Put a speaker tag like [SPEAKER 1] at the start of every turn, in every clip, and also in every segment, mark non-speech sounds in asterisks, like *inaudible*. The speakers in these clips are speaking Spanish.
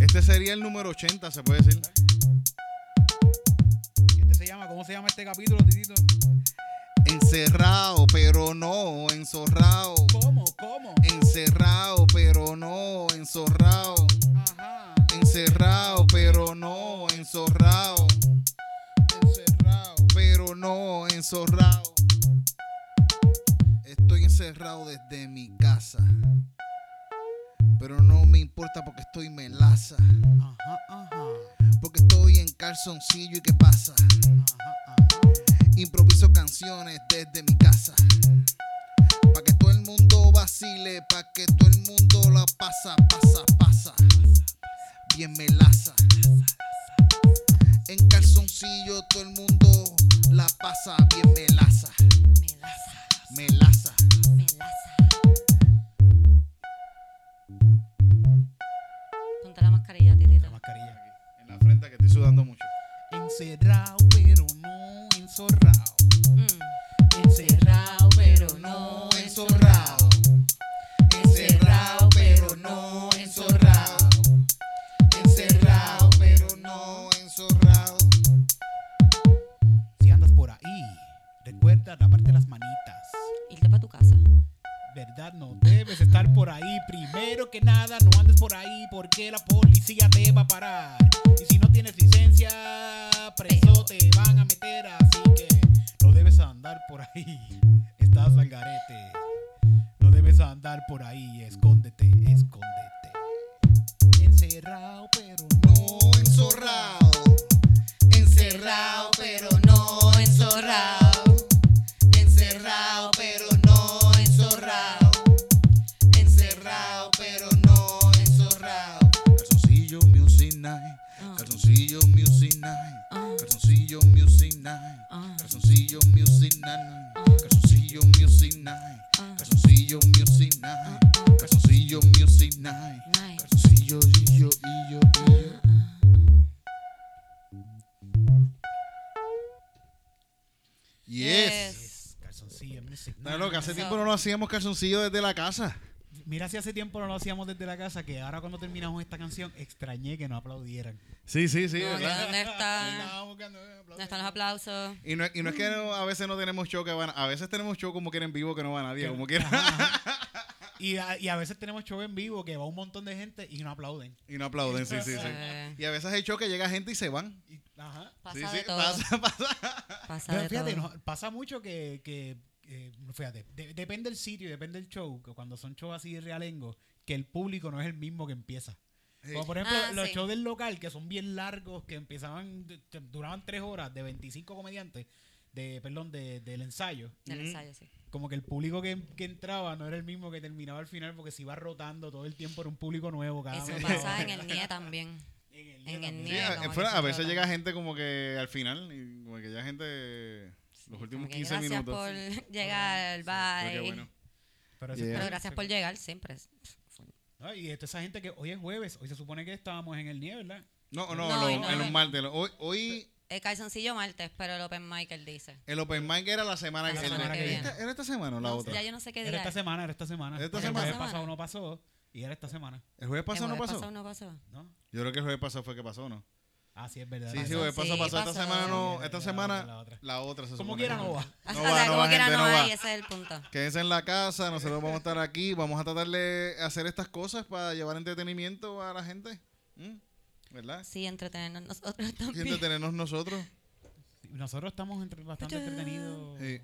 [SPEAKER 1] Este sería el número 80, se puede decir.
[SPEAKER 2] Este se llama, ¿Cómo se llama este capítulo, Titito?
[SPEAKER 1] Encerrado, pero no, enzorrado.
[SPEAKER 2] ¿Cómo? ¿Cómo?
[SPEAKER 1] Encerrado, pero no, enzorrado.
[SPEAKER 2] Ajá.
[SPEAKER 1] Encerrado, pero no, enzorrado. Encerrado, pero no, enzorrado. Estoy encerrado desde mi casa. Pero no me importa porque estoy melaza.
[SPEAKER 2] Ajá, ajá.
[SPEAKER 1] Porque estoy en calzoncillo y qué pasa.
[SPEAKER 2] Ajá, ajá.
[SPEAKER 1] Improviso canciones desde mi casa. Pa' que todo el mundo vacile, pa' que todo el mundo la pasa, pasa, pasa. Bien melaza. En calzoncillo todo el mundo la pasa, bien melaza,
[SPEAKER 3] Melaza,
[SPEAKER 1] melaza.
[SPEAKER 3] melaza. Ponte la mascarilla, Mm.
[SPEAKER 2] La
[SPEAKER 3] titita.
[SPEAKER 2] mascarilla aquí.
[SPEAKER 1] En la frente que estoy sudando mucho.
[SPEAKER 2] Encerrado, pero no encerrado.
[SPEAKER 3] Mm.
[SPEAKER 2] Encerrado, pero no encerrado. Encerrado, pero no encerrado.
[SPEAKER 1] Encerrado, pero no encerrado.
[SPEAKER 2] Si andas por ahí, recuerda lavarte las manitas.
[SPEAKER 3] Irte para tu casa.
[SPEAKER 2] ¿Verdad? No debes estar por ahí. Primero que nada, no andes por ahí porque la policía te va a parar. Y si no tienes licencia, preso te van a meter. Así que no debes andar por ahí. *laughs* Estás al garete. No debes andar por ahí. Escóndete, escóndete. Encerrado, pero
[SPEAKER 1] No encerrado. Encerrado, pero no encerrado. Encerrado, pero no encerrado. Encerrado, pero no encerrado. Calzoncillo Music Night.
[SPEAKER 3] Ah.
[SPEAKER 1] Calzoncillo Music Night.
[SPEAKER 3] Ah.
[SPEAKER 1] Calzoncillo Music Night.
[SPEAKER 3] Ah.
[SPEAKER 1] Calzoncillo Music Night. Calzoncillo Music Night.
[SPEAKER 3] Ah.
[SPEAKER 1] Calzoncillo Music Night. Calzoncillo Music Night.
[SPEAKER 3] Night.
[SPEAKER 1] Calzoncillo y yo y yo y yo. Yes.
[SPEAKER 3] Yes.
[SPEAKER 2] Calzoncillo, music.
[SPEAKER 1] Está loca, hace
[SPEAKER 3] Eso.
[SPEAKER 1] tiempo no nos hacíamos calzoncillo desde la casa.
[SPEAKER 2] Mira si hace tiempo no lo hacíamos desde la casa, que ahora cuando terminamos esta canción extrañé que no aplaudieran.
[SPEAKER 1] Sí, sí, sí,
[SPEAKER 3] No,
[SPEAKER 1] ¿verdad? *laughs*
[SPEAKER 3] ¿Dónde está?
[SPEAKER 2] Estábamos buscando, eh, aplausos.
[SPEAKER 3] ¿Dónde están los aplausos?
[SPEAKER 1] Y no, y no es que no- a veces no tenemos show que van, a veces tenemos show como quiera en vivo que no va nadie, como quiera,
[SPEAKER 3] Ah.
[SPEAKER 2] Y a, y a veces tenemos show en vivo que va un montón de gente y no aplauden.
[SPEAKER 1] y no aplauden, sí, sí, sí.
[SPEAKER 3] Eh,
[SPEAKER 1] Y a veces hay show que llega gente y se van.
[SPEAKER 2] Y- ajá.
[SPEAKER 3] Pasa
[SPEAKER 1] sí,
[SPEAKER 3] de
[SPEAKER 1] sí,
[SPEAKER 3] todo.
[SPEAKER 1] pasa, *laughs* pasa.
[SPEAKER 3] Pasa
[SPEAKER 2] Pero
[SPEAKER 3] de
[SPEAKER 2] fíjate,
[SPEAKER 3] todo.
[SPEAKER 2] no, pasa mucho que, que, eh, fíjate, de- depende del sitio y depende del show, que cuando son shows así de realengo, que el público no es el mismo que empieza.
[SPEAKER 1] Sí.
[SPEAKER 2] Como por ejemplo,
[SPEAKER 3] Ah,
[SPEAKER 2] los
[SPEAKER 3] sí.
[SPEAKER 2] shows del local, que son bien largos, que empezaban, de- que duraban tres horas de 25 comediantes, de, perdón, de- del ensayo.
[SPEAKER 3] Del
[SPEAKER 1] Mm.
[SPEAKER 3] ensayo, sí.
[SPEAKER 2] como que el público que, que entraba no era el mismo que terminaba al final porque se iba rotando todo el tiempo era un público nuevo cada
[SPEAKER 3] Eso
[SPEAKER 2] media hora. *laughs*
[SPEAKER 3] pasa en el NIE también.
[SPEAKER 2] En el día
[SPEAKER 3] en
[SPEAKER 2] también.
[SPEAKER 1] Sí, eh,
[SPEAKER 3] el Mira,
[SPEAKER 1] a,
[SPEAKER 3] como que
[SPEAKER 1] fuera- a
[SPEAKER 3] se
[SPEAKER 1] veces
[SPEAKER 3] trata.
[SPEAKER 1] llega gente como que al final, y como que ya gente los
[SPEAKER 3] Como
[SPEAKER 1] últimos
[SPEAKER 3] que
[SPEAKER 1] 15
[SPEAKER 3] gracias
[SPEAKER 1] minutos.
[SPEAKER 3] por llegar,
[SPEAKER 1] Pero
[SPEAKER 3] bye.
[SPEAKER 1] qué bueno.
[SPEAKER 2] Pero, eso
[SPEAKER 1] Yeah.
[SPEAKER 3] Pero
[SPEAKER 2] está-
[SPEAKER 3] gracias por llegar siempre.
[SPEAKER 2] No, y esto, esa gente que hoy es jueves, hoy se supone que estábamos en el nieve, ¿verdad?
[SPEAKER 1] No, no,
[SPEAKER 3] No,
[SPEAKER 1] lo-
[SPEAKER 3] y no,
[SPEAKER 1] en los
[SPEAKER 3] no.
[SPEAKER 1] martes. lo- Hoy, hoy
[SPEAKER 3] El calzoncillo martes, pero el Open Michael dice.
[SPEAKER 1] el Open Mic era la semana,
[SPEAKER 2] La
[SPEAKER 1] el-
[SPEAKER 2] semana que
[SPEAKER 1] ¿era
[SPEAKER 3] viene.
[SPEAKER 1] esta- ¿Era esta semana o la
[SPEAKER 3] No,
[SPEAKER 1] otra?
[SPEAKER 3] Ya yo no sé qué
[SPEAKER 2] Era
[SPEAKER 3] día.
[SPEAKER 2] esta
[SPEAKER 3] es.
[SPEAKER 2] semana, era esta semana.
[SPEAKER 1] Esta
[SPEAKER 2] Porque
[SPEAKER 1] semana.
[SPEAKER 2] El jueves pasado
[SPEAKER 3] semana.
[SPEAKER 2] no pasó y era esta semana,
[SPEAKER 1] ¿El jueves pasado
[SPEAKER 3] ¿El
[SPEAKER 1] no
[SPEAKER 3] jueves
[SPEAKER 1] pasó?
[SPEAKER 3] pasado no pasó? *laughs*
[SPEAKER 2] ¿no?
[SPEAKER 1] Yo creo que el jueves pasado fue que pasó, ¿no?
[SPEAKER 2] Ah, sí, es verdad.
[SPEAKER 1] Sí, sí,
[SPEAKER 2] Pasó.
[SPEAKER 3] güey.
[SPEAKER 1] güey, pasó,
[SPEAKER 3] Sí,
[SPEAKER 1] pasó. Esta
[SPEAKER 3] pasó.
[SPEAKER 1] semana no,
[SPEAKER 2] Sí,
[SPEAKER 1] esta
[SPEAKER 2] la
[SPEAKER 1] semana
[SPEAKER 2] otra, la otra.
[SPEAKER 1] la otra se
[SPEAKER 2] Como
[SPEAKER 1] supone
[SPEAKER 2] quiera
[SPEAKER 1] que
[SPEAKER 2] no va.
[SPEAKER 3] *laughs* O
[SPEAKER 1] No
[SPEAKER 3] sea,
[SPEAKER 1] va, no
[SPEAKER 3] como
[SPEAKER 1] va,
[SPEAKER 3] quiera
[SPEAKER 1] gente,
[SPEAKER 3] no
[SPEAKER 1] no
[SPEAKER 3] va,
[SPEAKER 1] va.
[SPEAKER 3] y ese es el punto.
[SPEAKER 1] Quédense en la casa, nosotros vamos a estar aquí, vamos a tratar de hacer estas cosas para llevar entretenimiento a la gente, ¿Mm? ¿verdad?
[SPEAKER 3] Sí, entretenernos nosotros
[SPEAKER 1] Y
[SPEAKER 3] también.
[SPEAKER 1] entretenernos nosotros.
[SPEAKER 2] Sí, Nosotros estamos entre- bastante
[SPEAKER 3] Tuchán.
[SPEAKER 2] entretenidos.
[SPEAKER 1] Sí.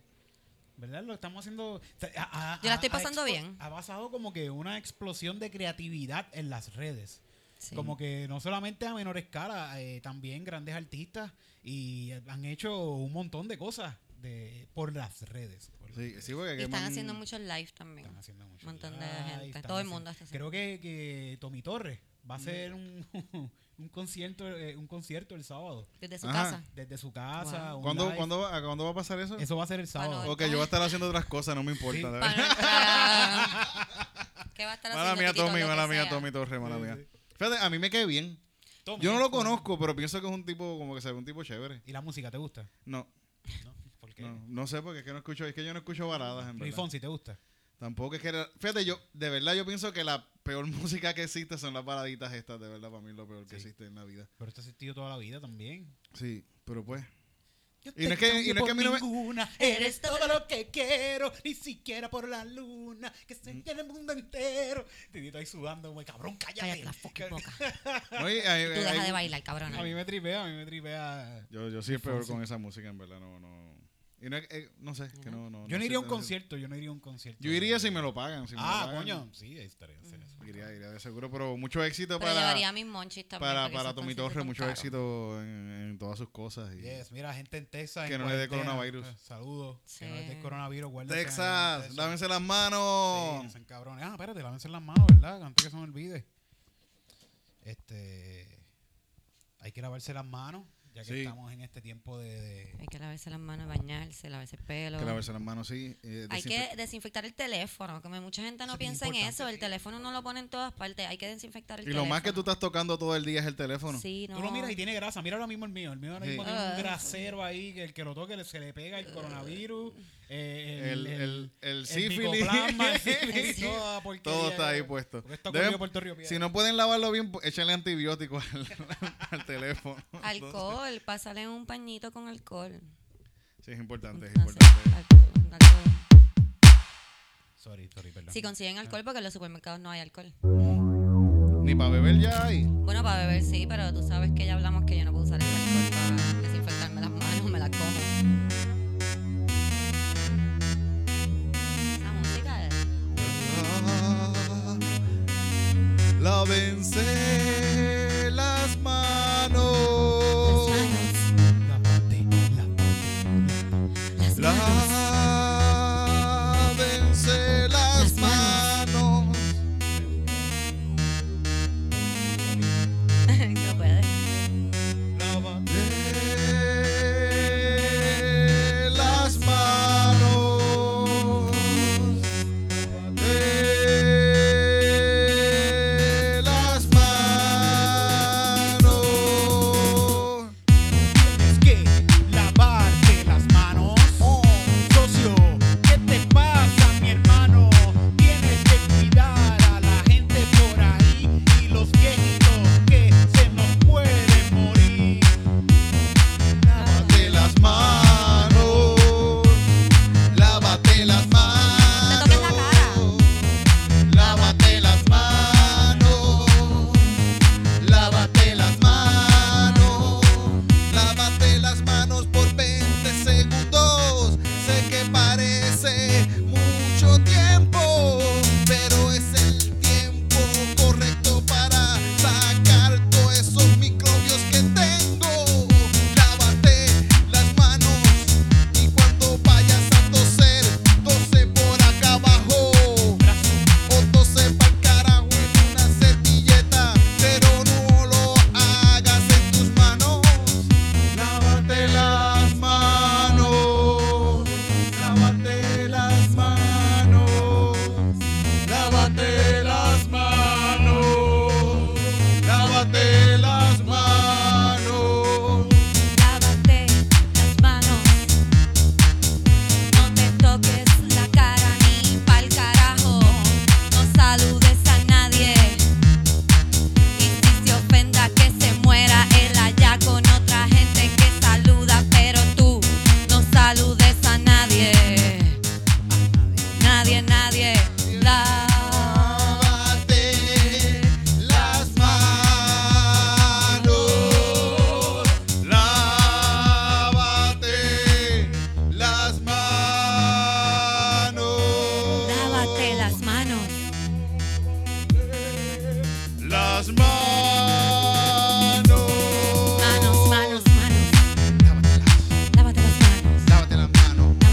[SPEAKER 2] ¿Verdad? Lo estamos haciendo. o sea, ha- ha-
[SPEAKER 3] Yo la estoy
[SPEAKER 2] ha- ha
[SPEAKER 3] pasando
[SPEAKER 2] expo-
[SPEAKER 3] bien.
[SPEAKER 2] Ha pasado como que una explosión de creatividad en las redes.
[SPEAKER 3] Sí.
[SPEAKER 2] Como que no solamente a menor escala, eh, también grandes artistas y eh, han hecho un montón de cosas de, por las redes. Por-
[SPEAKER 1] Sí, sí, porque
[SPEAKER 3] Y
[SPEAKER 1] que
[SPEAKER 3] están
[SPEAKER 1] man-
[SPEAKER 3] haciendo muchos live también.
[SPEAKER 2] Están haciendo mucho
[SPEAKER 3] Un montón de
[SPEAKER 2] live,
[SPEAKER 3] gente.
[SPEAKER 2] están
[SPEAKER 3] Todo el
[SPEAKER 2] haciendo-
[SPEAKER 3] mundo está haciendo.
[SPEAKER 2] Creo
[SPEAKER 3] Mm.
[SPEAKER 2] que, que Tommy Torres va a hacer un, *laughs* un concierto eh, un concierto el sábado
[SPEAKER 3] Desde su
[SPEAKER 2] *laughs*
[SPEAKER 1] Ajá.
[SPEAKER 3] casa.
[SPEAKER 2] desde su casa.
[SPEAKER 3] Wow.
[SPEAKER 2] un
[SPEAKER 1] ¿Cuándo,
[SPEAKER 2] live.
[SPEAKER 1] ¿cuándo, va- a ¿Cuándo va a pasar eso?
[SPEAKER 2] Eso va a ser el sábado.
[SPEAKER 3] Bueno,
[SPEAKER 1] Ok, yo voy a estar haciendo otras cosas, no me importa.
[SPEAKER 2] Sí.
[SPEAKER 1] la
[SPEAKER 3] Para
[SPEAKER 1] verdad.
[SPEAKER 3] nuestra- ¿Qué va a estar
[SPEAKER 1] Mala
[SPEAKER 3] haciendo
[SPEAKER 1] mía,
[SPEAKER 3] Titito?
[SPEAKER 1] Tommy,
[SPEAKER 3] Lo que
[SPEAKER 1] mala mía,
[SPEAKER 3] sea.
[SPEAKER 1] Tommy Torre, mala
[SPEAKER 2] Sí,
[SPEAKER 1] mía.
[SPEAKER 2] sí.
[SPEAKER 1] Fíjate, a mí me cae bien.
[SPEAKER 2] Tommy,
[SPEAKER 1] Yo no lo
[SPEAKER 2] Tommy.
[SPEAKER 1] conozco, pero pienso que es un tipo, como que se ve un tipo chévere.
[SPEAKER 2] ¿Y la música te gusta?
[SPEAKER 1] No,
[SPEAKER 2] ¿No? ¿Por qué?
[SPEAKER 1] no, no sé, porque es que no escucho, es que yo no escucho baladas en
[SPEAKER 2] Luis
[SPEAKER 1] verdad.
[SPEAKER 2] Fonsi, ¿te gusta?
[SPEAKER 1] Tampoco es que era- Fíjate, yo, de verdad, yo pienso que la peor *laughs* música que existe son las baladitas estas, de verdad, para mí es lo peor que
[SPEAKER 2] Sí.
[SPEAKER 1] existe en la vida.
[SPEAKER 2] Pero esto ha existido toda la vida también.
[SPEAKER 1] Sí, pero pues. Y no es que- y no es que a mí no me-
[SPEAKER 2] ninguna, eres todo lo que quiero, ni siquiera por la luna, que se
[SPEAKER 1] Mm.
[SPEAKER 2] llena el mundo entero. Tedito ahí sudando, güey, cabrón, cállate.
[SPEAKER 3] Cállate la fucking boca.
[SPEAKER 1] Oye, hay-
[SPEAKER 3] *laughs* Tú
[SPEAKER 1] Este, hay-
[SPEAKER 3] deja de bailar, cabrón.
[SPEAKER 2] *laughs* A mí me tripea, a mí me tripea.
[SPEAKER 1] Yo, yo soy el peor
[SPEAKER 2] Fonsi.
[SPEAKER 1] con esa música, en verdad, no, no. Y no, es- eh, no sé, que no, no.
[SPEAKER 2] Yo no
[SPEAKER 1] sé
[SPEAKER 2] iría a un
[SPEAKER 1] decir.
[SPEAKER 2] concierto, yo no iría a un concierto.
[SPEAKER 1] Yo iría si me lo pagan. Si me lo
[SPEAKER 2] Ah,
[SPEAKER 1] pagan,
[SPEAKER 2] coño, sí, ahí estaría. sería eso.
[SPEAKER 1] Iría, iría de seguro, pero mucho éxito
[SPEAKER 3] Pero
[SPEAKER 1] para,
[SPEAKER 3] llevaría a mis monchis también.
[SPEAKER 1] para,
[SPEAKER 3] porque
[SPEAKER 1] para
[SPEAKER 3] esos
[SPEAKER 1] Tommy
[SPEAKER 3] conciertos
[SPEAKER 1] Torres,
[SPEAKER 3] son
[SPEAKER 1] mucho
[SPEAKER 3] caros.
[SPEAKER 1] éxito en, en todas sus cosas. y-
[SPEAKER 2] Yes, mira, gente en Texas.
[SPEAKER 1] Que
[SPEAKER 2] en
[SPEAKER 1] no le dé
[SPEAKER 2] cuarentena.
[SPEAKER 1] coronavirus.
[SPEAKER 2] Eh, Saludos.
[SPEAKER 3] Sí.
[SPEAKER 2] Que no le dé coronavirus. guárdense en
[SPEAKER 1] Texas,
[SPEAKER 2] Texas.
[SPEAKER 1] lávense las
[SPEAKER 2] Sí, no
[SPEAKER 1] manos.
[SPEAKER 2] sean cabrones. Ah, espérate, lávense las manos, ¿verdad? Antes que se me olvide. Este. Hay que lavarse las manos, ya que
[SPEAKER 1] Sí.
[SPEAKER 2] estamos en este tiempo de. de-
[SPEAKER 3] Hay que lavarse las manos, bañarse, lavarse el pelo.
[SPEAKER 1] Que lavarse las manos, sí. eh,
[SPEAKER 3] Hay
[SPEAKER 1] desinfec-
[SPEAKER 3] que desinfectar el teléfono, que me- mucha gente
[SPEAKER 2] Eso es
[SPEAKER 3] no
[SPEAKER 2] bien
[SPEAKER 3] piensa en
[SPEAKER 2] importante,
[SPEAKER 3] eso. El
[SPEAKER 2] sí.
[SPEAKER 3] teléfono no lo pone en todas partes. Hay que desinfectar el
[SPEAKER 1] Y
[SPEAKER 3] teléfono.
[SPEAKER 1] lo más que tú estás tocando todo el día es el teléfono.
[SPEAKER 3] Sí, no.
[SPEAKER 2] Tú lo miras y tiene grasa. Mira ahora mismo el mío. El mío ahora
[SPEAKER 1] Sí.
[SPEAKER 2] mismo tiene
[SPEAKER 3] Ah.
[SPEAKER 2] un grasero ahí que el que lo toque le- se le pega el coronavirus. eh,
[SPEAKER 1] El, el, el sífilis.
[SPEAKER 2] micoplasma,
[SPEAKER 1] *laughs*
[SPEAKER 2] el sífilis,
[SPEAKER 1] Sí.
[SPEAKER 2] toda porquería.
[SPEAKER 1] Todo está ahí puesto.
[SPEAKER 2] Porque esto
[SPEAKER 1] Deben-
[SPEAKER 2] ocurrió en Puerto Río Piedra.
[SPEAKER 1] si no pueden lavarlo bien, pu- échenle antibiótico al, *laughs* al teléfono.
[SPEAKER 3] *laughs* Alcohol, pásale un pañito con alcohol.
[SPEAKER 1] Sí, es importante, es
[SPEAKER 3] No sé,
[SPEAKER 1] importante.
[SPEAKER 3] alcohol, alcohol.
[SPEAKER 2] Sorry, sorry, perdón.
[SPEAKER 3] Si consiguen alcohol, porque en los supermercados no hay alcohol.
[SPEAKER 1] Ni para beber ya hay.
[SPEAKER 3] Bueno, para beber sí, pero tú sabes que ya hablamos que yo no puedo usar el alcohol para desinfectarme las manos, me las como. Esa música es...
[SPEAKER 1] La vence las manos.
[SPEAKER 2] La parte, la parte.
[SPEAKER 3] Las
[SPEAKER 1] La
[SPEAKER 3] *laughs* manos.
[SPEAKER 1] vence las
[SPEAKER 3] Las manos.
[SPEAKER 1] manos.
[SPEAKER 3] no puede.
[SPEAKER 2] La parte.
[SPEAKER 1] De las manos. De las manos.
[SPEAKER 2] Tienes que lavarte las manos. Socio, ¿qué te pasa, mi hermano? Tienes que cuidar a la gente por ahí y los viejitos que se nos pueden morir.
[SPEAKER 1] Lávate las manos. Lávate las manos.
[SPEAKER 3] toques la cara.
[SPEAKER 1] Lávate las manos. Lávate las manos. Lávate las manos por 20 segundos. Sé que parece mucho tiempo, pero es el tiempo correcto para sacar todos esos microbios que tengo. Lávate las manos y cuando vayas a toser, tose por acá abajo.
[SPEAKER 2] Brazo,
[SPEAKER 1] O tose pa'l carajo en una servilleta, pero no lo hagas en tus manos. Lávate las manos, lávate las manos, lávate las manos, lávate las manos.
[SPEAKER 3] Lávate las manos. No te toques la cara ni pa'l carajo. No saludes a nadie. Y si se ofenda que se muera él allá con otra gente que saluda, pero tú no saludes a nadie. Nadie, nadie. Lávate
[SPEAKER 1] Lávate las manos, lávate las manos,
[SPEAKER 3] las manos.
[SPEAKER 1] las manos,
[SPEAKER 3] Manos, manos, manos. Lávate las manos.
[SPEAKER 1] lávate las manos,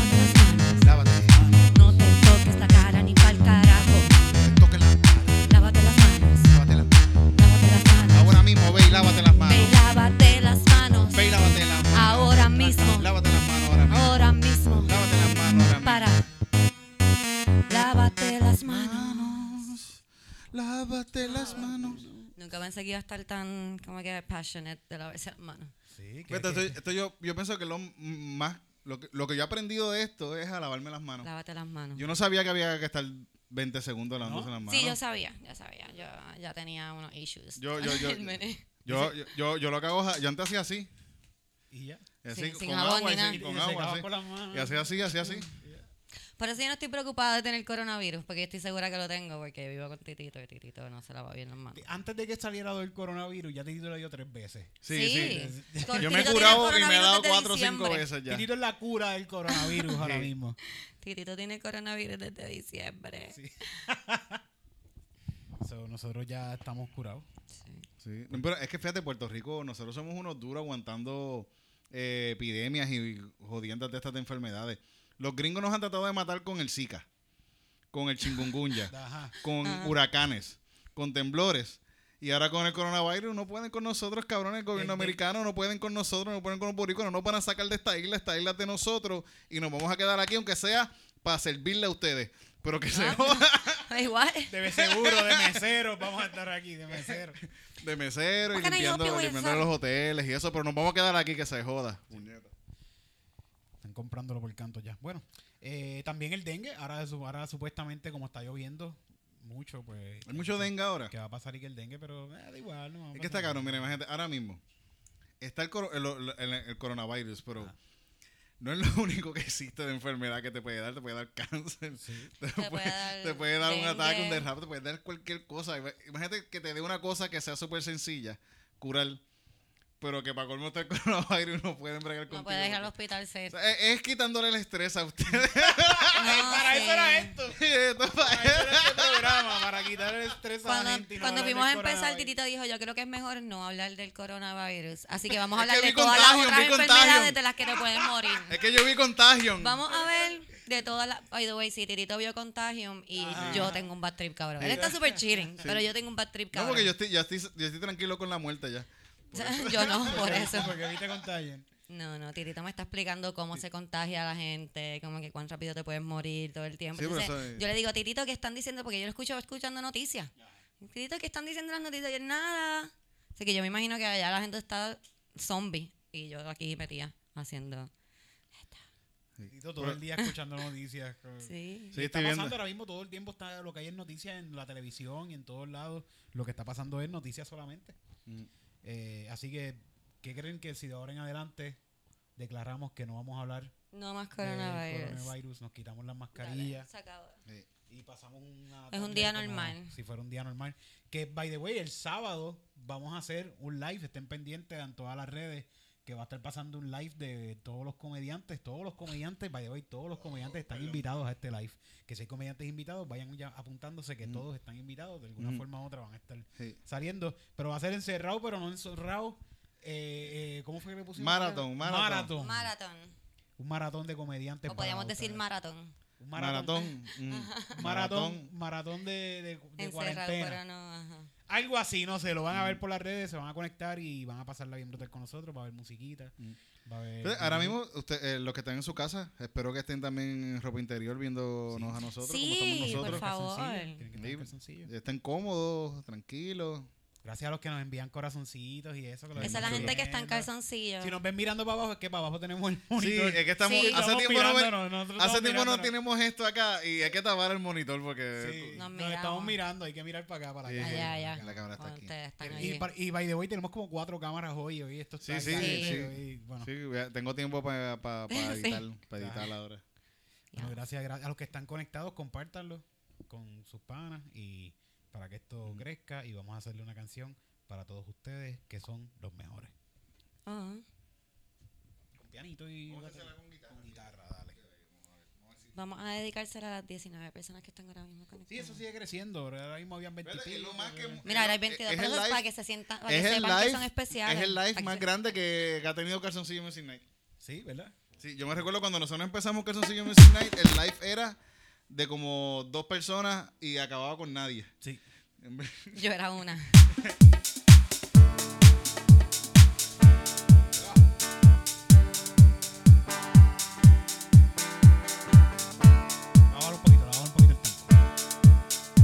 [SPEAKER 3] Lávate las manos.
[SPEAKER 1] lávate,
[SPEAKER 3] No te toques la cara ni pa'l carajo.
[SPEAKER 1] toque las manos,
[SPEAKER 3] Lávate las manos.
[SPEAKER 1] lávate las manos,
[SPEAKER 3] Lávate las manos.
[SPEAKER 1] ahora mismo ve y lávate las
[SPEAKER 3] Ve y
[SPEAKER 1] manos,
[SPEAKER 3] lávate las manos.
[SPEAKER 1] ve y lávate las manos,
[SPEAKER 3] Ahora mismo.
[SPEAKER 1] lávate las manos ahora mismo,
[SPEAKER 3] Ahora mismo.
[SPEAKER 1] lávate las manos ahora mismo.
[SPEAKER 3] Para. Lávate las manos.
[SPEAKER 1] Lávate las manos.
[SPEAKER 3] Nunca pensé que iba a estar tan como que passionate de lavarse las manos.
[SPEAKER 2] Sí, que-
[SPEAKER 1] Fíjate,
[SPEAKER 2] que-
[SPEAKER 1] esto, esto yo, yo pienso que es lo m- más Lo que, lo que yo he aprendido de esto es a lavarme las manos.
[SPEAKER 3] Lávate las manos.
[SPEAKER 1] Yo no sabía que había que estar 20 segundos lavándose
[SPEAKER 2] ¿No?
[SPEAKER 1] las manos.
[SPEAKER 3] Sí, yo sabía, ya sabía. Yo ya tenía unos issues.
[SPEAKER 1] Yo- yo-
[SPEAKER 3] con
[SPEAKER 1] yo-
[SPEAKER 3] *laughs* el mené.
[SPEAKER 1] yo, yo, yo, yo lo que hago, es- yo antes hacía así.
[SPEAKER 2] Y ya.
[SPEAKER 1] así
[SPEAKER 3] Sin- sin
[SPEAKER 1] con
[SPEAKER 3] jabón
[SPEAKER 1] agua,
[SPEAKER 3] ni
[SPEAKER 1] y
[SPEAKER 3] nada.
[SPEAKER 1] sin- Pues con
[SPEAKER 2] Y se
[SPEAKER 1] agua,
[SPEAKER 2] secaba
[SPEAKER 1] así.
[SPEAKER 2] con las manos.
[SPEAKER 1] Y así, así, así, así.
[SPEAKER 3] Por eso yo no estoy preocupada de tener coronavirus, porque estoy segura que lo tengo, porque vivo con Titito y Titito no se lava bien las manos.
[SPEAKER 2] Antes de que saliera del coronavirus, ya Titito le dio tres veces.
[SPEAKER 1] Sí, sí. *laughs*
[SPEAKER 3] Con
[SPEAKER 1] Yo me he
[SPEAKER 3] Titito tiene
[SPEAKER 1] curado y me he
[SPEAKER 3] coronavirus
[SPEAKER 1] dado
[SPEAKER 3] desde
[SPEAKER 1] 4 o 5
[SPEAKER 3] diciembre.
[SPEAKER 1] veces ya.
[SPEAKER 2] Titito es la cura del coronavirus
[SPEAKER 1] *laughs*
[SPEAKER 2] ahora mismo.
[SPEAKER 3] Titito tiene coronavirus desde diciembre.
[SPEAKER 2] Sí. So, nosotros ya estamos curados.
[SPEAKER 1] *laughs*
[SPEAKER 3] Sí.
[SPEAKER 1] Sí. No, Pero es que fíjate, Puerto Rico, nosotros somos unos duros aguantando eh, epidemias y jodiendas de estas de enfermedades. Los gringos nos han tratado de matar con el Zika, con el
[SPEAKER 3] *laughs*
[SPEAKER 1] chingungunya,
[SPEAKER 2] Ajá.
[SPEAKER 1] con
[SPEAKER 3] Ah.
[SPEAKER 1] huracanes, con temblores. Y ahora con el coronavirus no pueden con nosotros, cabrones. El gobierno
[SPEAKER 2] El de-
[SPEAKER 1] americano no pueden con nosotros, no pueden con los boricuas, no nos van a sacar de esta isla, esta isla es de nosotros. Y nos vamos a quedar aquí, aunque sea para servirle a ustedes. Pero
[SPEAKER 3] Ah.
[SPEAKER 1] que se joda
[SPEAKER 3] *laughs* pues Igual.
[SPEAKER 2] De seguro, de mesero, vamos a estar aquí, de mesero.
[SPEAKER 1] de mesero y
[SPEAKER 3] What can I help
[SPEAKER 1] limpiando,
[SPEAKER 3] you with,
[SPEAKER 1] limpiando
[SPEAKER 3] sir?
[SPEAKER 1] los hoteles y eso. Pero nos vamos a quedar aquí, que se joda. Puñeta.
[SPEAKER 2] Están comprándolo por canto ya. Bueno, eh, también el dengue, ahora, su- ahora supuestamente como está lloviendo mucho, pues...
[SPEAKER 1] Hay mucho dengue ahora.
[SPEAKER 2] Que va a pasar y que el dengue, pero eh, da igual, no va a
[SPEAKER 1] Es
[SPEAKER 2] pasar
[SPEAKER 1] que está cabrón,
[SPEAKER 2] nada.
[SPEAKER 1] mira, imagínate, ahora mismo está el, coro- el- el- el- el coronavirus, pero no es lo *laughs* único que existe de enfermedad que te puede dar, te puede dar cáncer,
[SPEAKER 2] Sí.
[SPEAKER 1] te,
[SPEAKER 3] puede
[SPEAKER 1] puede,
[SPEAKER 3] dar
[SPEAKER 1] te puede dar un
[SPEAKER 3] dengue.
[SPEAKER 1] ataque, un derrame, te puede dar cualquier cosa. Ima- Imagínate que te dé una cosa que sea súper sencilla, curar, pero que para colmo está el *laughs* coronavirus no pueden bregar contigo.
[SPEAKER 3] No puedes ir al
[SPEAKER 1] porque-
[SPEAKER 3] hospital
[SPEAKER 1] O *laughs*
[SPEAKER 3] ser.
[SPEAKER 1] sea, es, es quitándole el estrés a ustedes. *laughs*
[SPEAKER 2] para eso era
[SPEAKER 3] esto.
[SPEAKER 2] esto.
[SPEAKER 1] Esto
[SPEAKER 2] Para
[SPEAKER 1] pa-
[SPEAKER 2] eso era este programa, para quitar el estrés a la
[SPEAKER 3] Cuando,
[SPEAKER 2] gente. y no
[SPEAKER 3] cuando
[SPEAKER 2] hablar
[SPEAKER 3] fuimos a
[SPEAKER 2] del
[SPEAKER 3] empezar,
[SPEAKER 2] coronavirus.
[SPEAKER 3] Titito dijo, yo creo que es mejor no hablar del coronavirus. Así que vamos a
[SPEAKER 1] Es que
[SPEAKER 3] hablar de
[SPEAKER 1] vi
[SPEAKER 3] todas
[SPEAKER 1] contagio,
[SPEAKER 3] las otras
[SPEAKER 1] vi contagio.
[SPEAKER 3] enfermedades de las que te pueden morir.
[SPEAKER 1] *laughs* es que yo vi Contagion.
[SPEAKER 3] Vamos a ver de todas las... By the way, si Titito vio Contagium y
[SPEAKER 1] Ah.
[SPEAKER 3] yo tengo un bad trip, cabrón. Él está súper cheating, pero yo tengo un bad trip,
[SPEAKER 1] no,
[SPEAKER 3] cabrón.
[SPEAKER 1] porque yo estoy, ya estoy, yo estoy tranquilo con la muerte ya.
[SPEAKER 3] *laughs* Yo no,
[SPEAKER 1] *laughs*
[SPEAKER 3] por eso.
[SPEAKER 2] Porque viste con Tayen.
[SPEAKER 3] No, no, Titito me está explicando cómo se contagia a la gente, como que cuán rápido te puedes morir todo el tiempo.
[SPEAKER 1] Sí, pero
[SPEAKER 3] Entonces,
[SPEAKER 1] eso es-
[SPEAKER 3] Yo le digo, Titito, ¿qué están diciendo? Porque yo lo escucho escuchando noticias. Titito, ¿qué están diciendo las noticias? Y él, nada. Así que yo me imagino que allá la gente está zombie y yo aquí metía haciendo...
[SPEAKER 2] Todo el día escuchando noticias. cabrón.
[SPEAKER 3] Sí.
[SPEAKER 1] Sí,
[SPEAKER 2] está
[SPEAKER 1] estoy
[SPEAKER 2] pasando
[SPEAKER 1] viendo.
[SPEAKER 2] ahora mismo todo el tiempo está lo que hay en noticias en la televisión y en todos lados lo que está pasando es noticias solamente
[SPEAKER 1] Mm.
[SPEAKER 2] Eh, así que ¿qué creen que si de ahora en adelante declaramos que no vamos a hablar
[SPEAKER 3] No más
[SPEAKER 2] del
[SPEAKER 3] coronavirus.
[SPEAKER 2] coronavirus nos quitamos las
[SPEAKER 3] Dale,
[SPEAKER 2] mascarillas
[SPEAKER 3] se acabó.
[SPEAKER 1] Sí.
[SPEAKER 2] y pasamos una
[SPEAKER 3] Es un
[SPEAKER 2] tarde
[SPEAKER 3] día
[SPEAKER 2] como
[SPEAKER 3] normal.
[SPEAKER 2] si fuera un día normal que by the way el sábado vamos a hacer un live estén pendientes en todas las redes que va a estar pasando un live de todos los comediantes, todos los comediantes, by the way, todos los comediantes están invitados a este live. Que si hay comediantes invitados, vayan ya apuntándose que todos están invitados, de alguna
[SPEAKER 1] Mm.
[SPEAKER 2] forma u otra van a estar
[SPEAKER 1] Sí.
[SPEAKER 2] saliendo, pero va a ser encerrado, pero no encerrado. Eh, eh, ¿Cómo fue que le pusimos?
[SPEAKER 1] Maratón, maratón.
[SPEAKER 2] Maratón.
[SPEAKER 3] Maratón.
[SPEAKER 2] Un maratón de comediantes.
[SPEAKER 3] O podríamos
[SPEAKER 2] para
[SPEAKER 3] decir
[SPEAKER 2] ustedes.
[SPEAKER 3] maratón.
[SPEAKER 2] Un
[SPEAKER 1] Maratón. mm,
[SPEAKER 2] Maratón, maratón de, de, de
[SPEAKER 3] Encerrado,
[SPEAKER 2] cuarentena.
[SPEAKER 3] pero no. Ajá.
[SPEAKER 2] Algo así, no sé, lo van a ver por las redes, se van a conectar y van a pasarla bien brutal con nosotros, va a haber musiquita,
[SPEAKER 1] Mm.
[SPEAKER 2] va a haber...
[SPEAKER 1] Entonces, ahora mismo, usted, eh, los que están en su casa, espero que estén también en ropa interior viéndonos a nosotros, como
[SPEAKER 3] Sí,
[SPEAKER 1] estamos nosotros.
[SPEAKER 3] por favor.
[SPEAKER 2] Calzoncillos, tienen que tener
[SPEAKER 1] Sí.
[SPEAKER 2] calzoncillos.
[SPEAKER 1] Estén cómodos, tranquilos.
[SPEAKER 2] Gracias a los que nos envían corazoncitos y eso. que lo
[SPEAKER 3] Esa es la
[SPEAKER 2] vemos
[SPEAKER 3] gente que está en
[SPEAKER 2] subiendo.
[SPEAKER 3] calzoncillos.
[SPEAKER 2] Si nos ven mirando para abajo, es que para abajo tenemos el
[SPEAKER 1] Sí,
[SPEAKER 2] monitor.
[SPEAKER 1] es que estamos.
[SPEAKER 3] Sí.
[SPEAKER 1] Hace
[SPEAKER 2] Estamos
[SPEAKER 1] tiempo, no, ve-
[SPEAKER 2] mirándonos, nosotros
[SPEAKER 1] hace
[SPEAKER 2] estamos
[SPEAKER 1] tiempo no
[SPEAKER 2] mirándonos.
[SPEAKER 1] tenemos esto acá y hay que tapar el monitor porque.
[SPEAKER 2] Sí,
[SPEAKER 3] Nos
[SPEAKER 2] nos,
[SPEAKER 3] miramos.
[SPEAKER 2] estamos mirando, hay que mirar para acá, para
[SPEAKER 1] Sí.
[SPEAKER 2] acá.
[SPEAKER 3] Allá,
[SPEAKER 2] para
[SPEAKER 3] allá.
[SPEAKER 2] acá.
[SPEAKER 1] La cámara está
[SPEAKER 3] Cuando
[SPEAKER 1] aquí.
[SPEAKER 3] Pues ustedes están
[SPEAKER 2] Y,
[SPEAKER 3] ahí.
[SPEAKER 2] par- y by the way, tenemos como cuatro cámaras hoy. Hoy esto está
[SPEAKER 1] Sí, sí,
[SPEAKER 2] al
[SPEAKER 3] Sí.
[SPEAKER 2] garete,
[SPEAKER 1] sí.
[SPEAKER 2] hoy, bueno,
[SPEAKER 1] Sí, vea, tengo tiempo para
[SPEAKER 3] *laughs* Sí.
[SPEAKER 1] editar, para editar ahora.
[SPEAKER 2] bueno, gracias, gra- a los que están conectados, compártanlo con sus panas y para que esto crezca y vamos a hacerle una canción para todos ustedes que son los mejores.
[SPEAKER 3] Ah,
[SPEAKER 2] Con pianito y con guitarra. dale.
[SPEAKER 3] Vamos a dedicársela a las 19 personas que están ahora mismo conectadas.
[SPEAKER 2] Sí, eso sigue creciendo. Ahora mismo habían 20
[SPEAKER 1] Espérate, y lo
[SPEAKER 2] pico,
[SPEAKER 1] más que-
[SPEAKER 2] ¿verdad?
[SPEAKER 3] Mira, ahora hay
[SPEAKER 1] Es-
[SPEAKER 3] 22
[SPEAKER 1] es el
[SPEAKER 3] personas
[SPEAKER 1] live-
[SPEAKER 3] para que se sientan, para
[SPEAKER 1] Es
[SPEAKER 3] que
[SPEAKER 1] el
[SPEAKER 3] sepan que son
[SPEAKER 1] live,
[SPEAKER 3] especiales.
[SPEAKER 1] es el live
[SPEAKER 3] Para que
[SPEAKER 1] más
[SPEAKER 3] se-
[SPEAKER 1] grande que, que ha tenido Calzoncillo Music Night.
[SPEAKER 2] Sí, ¿verdad?
[SPEAKER 1] Sí, yo me recuerdo cuando nosotros empezamos Calzoncillo Music Night, el live era de como dos personas y acababa con nadie.
[SPEAKER 2] Sí.
[SPEAKER 1] En vez-
[SPEAKER 3] Yo era una.
[SPEAKER 2] La bajar un poquito, la bajar un poquito el tiempo.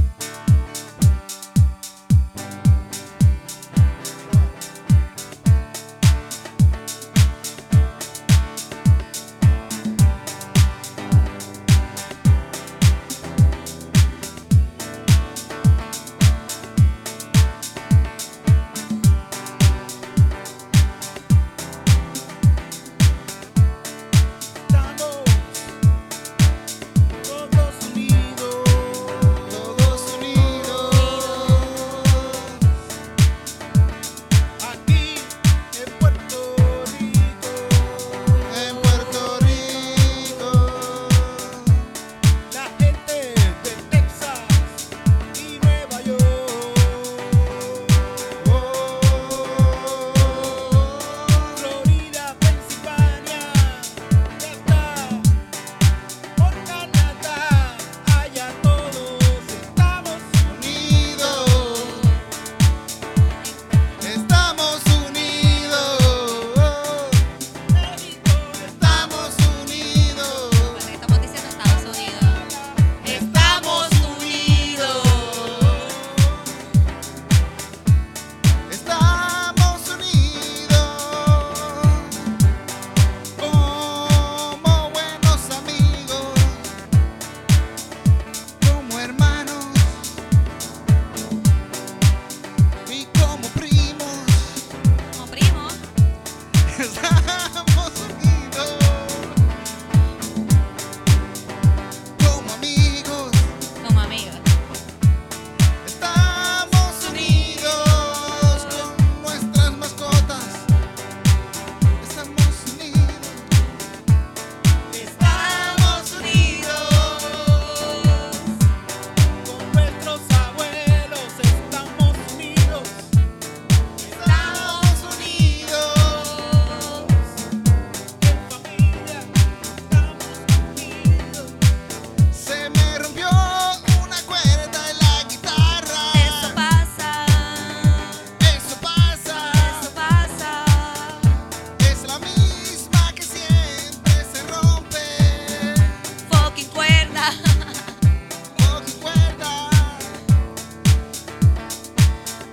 [SPEAKER 1] rompió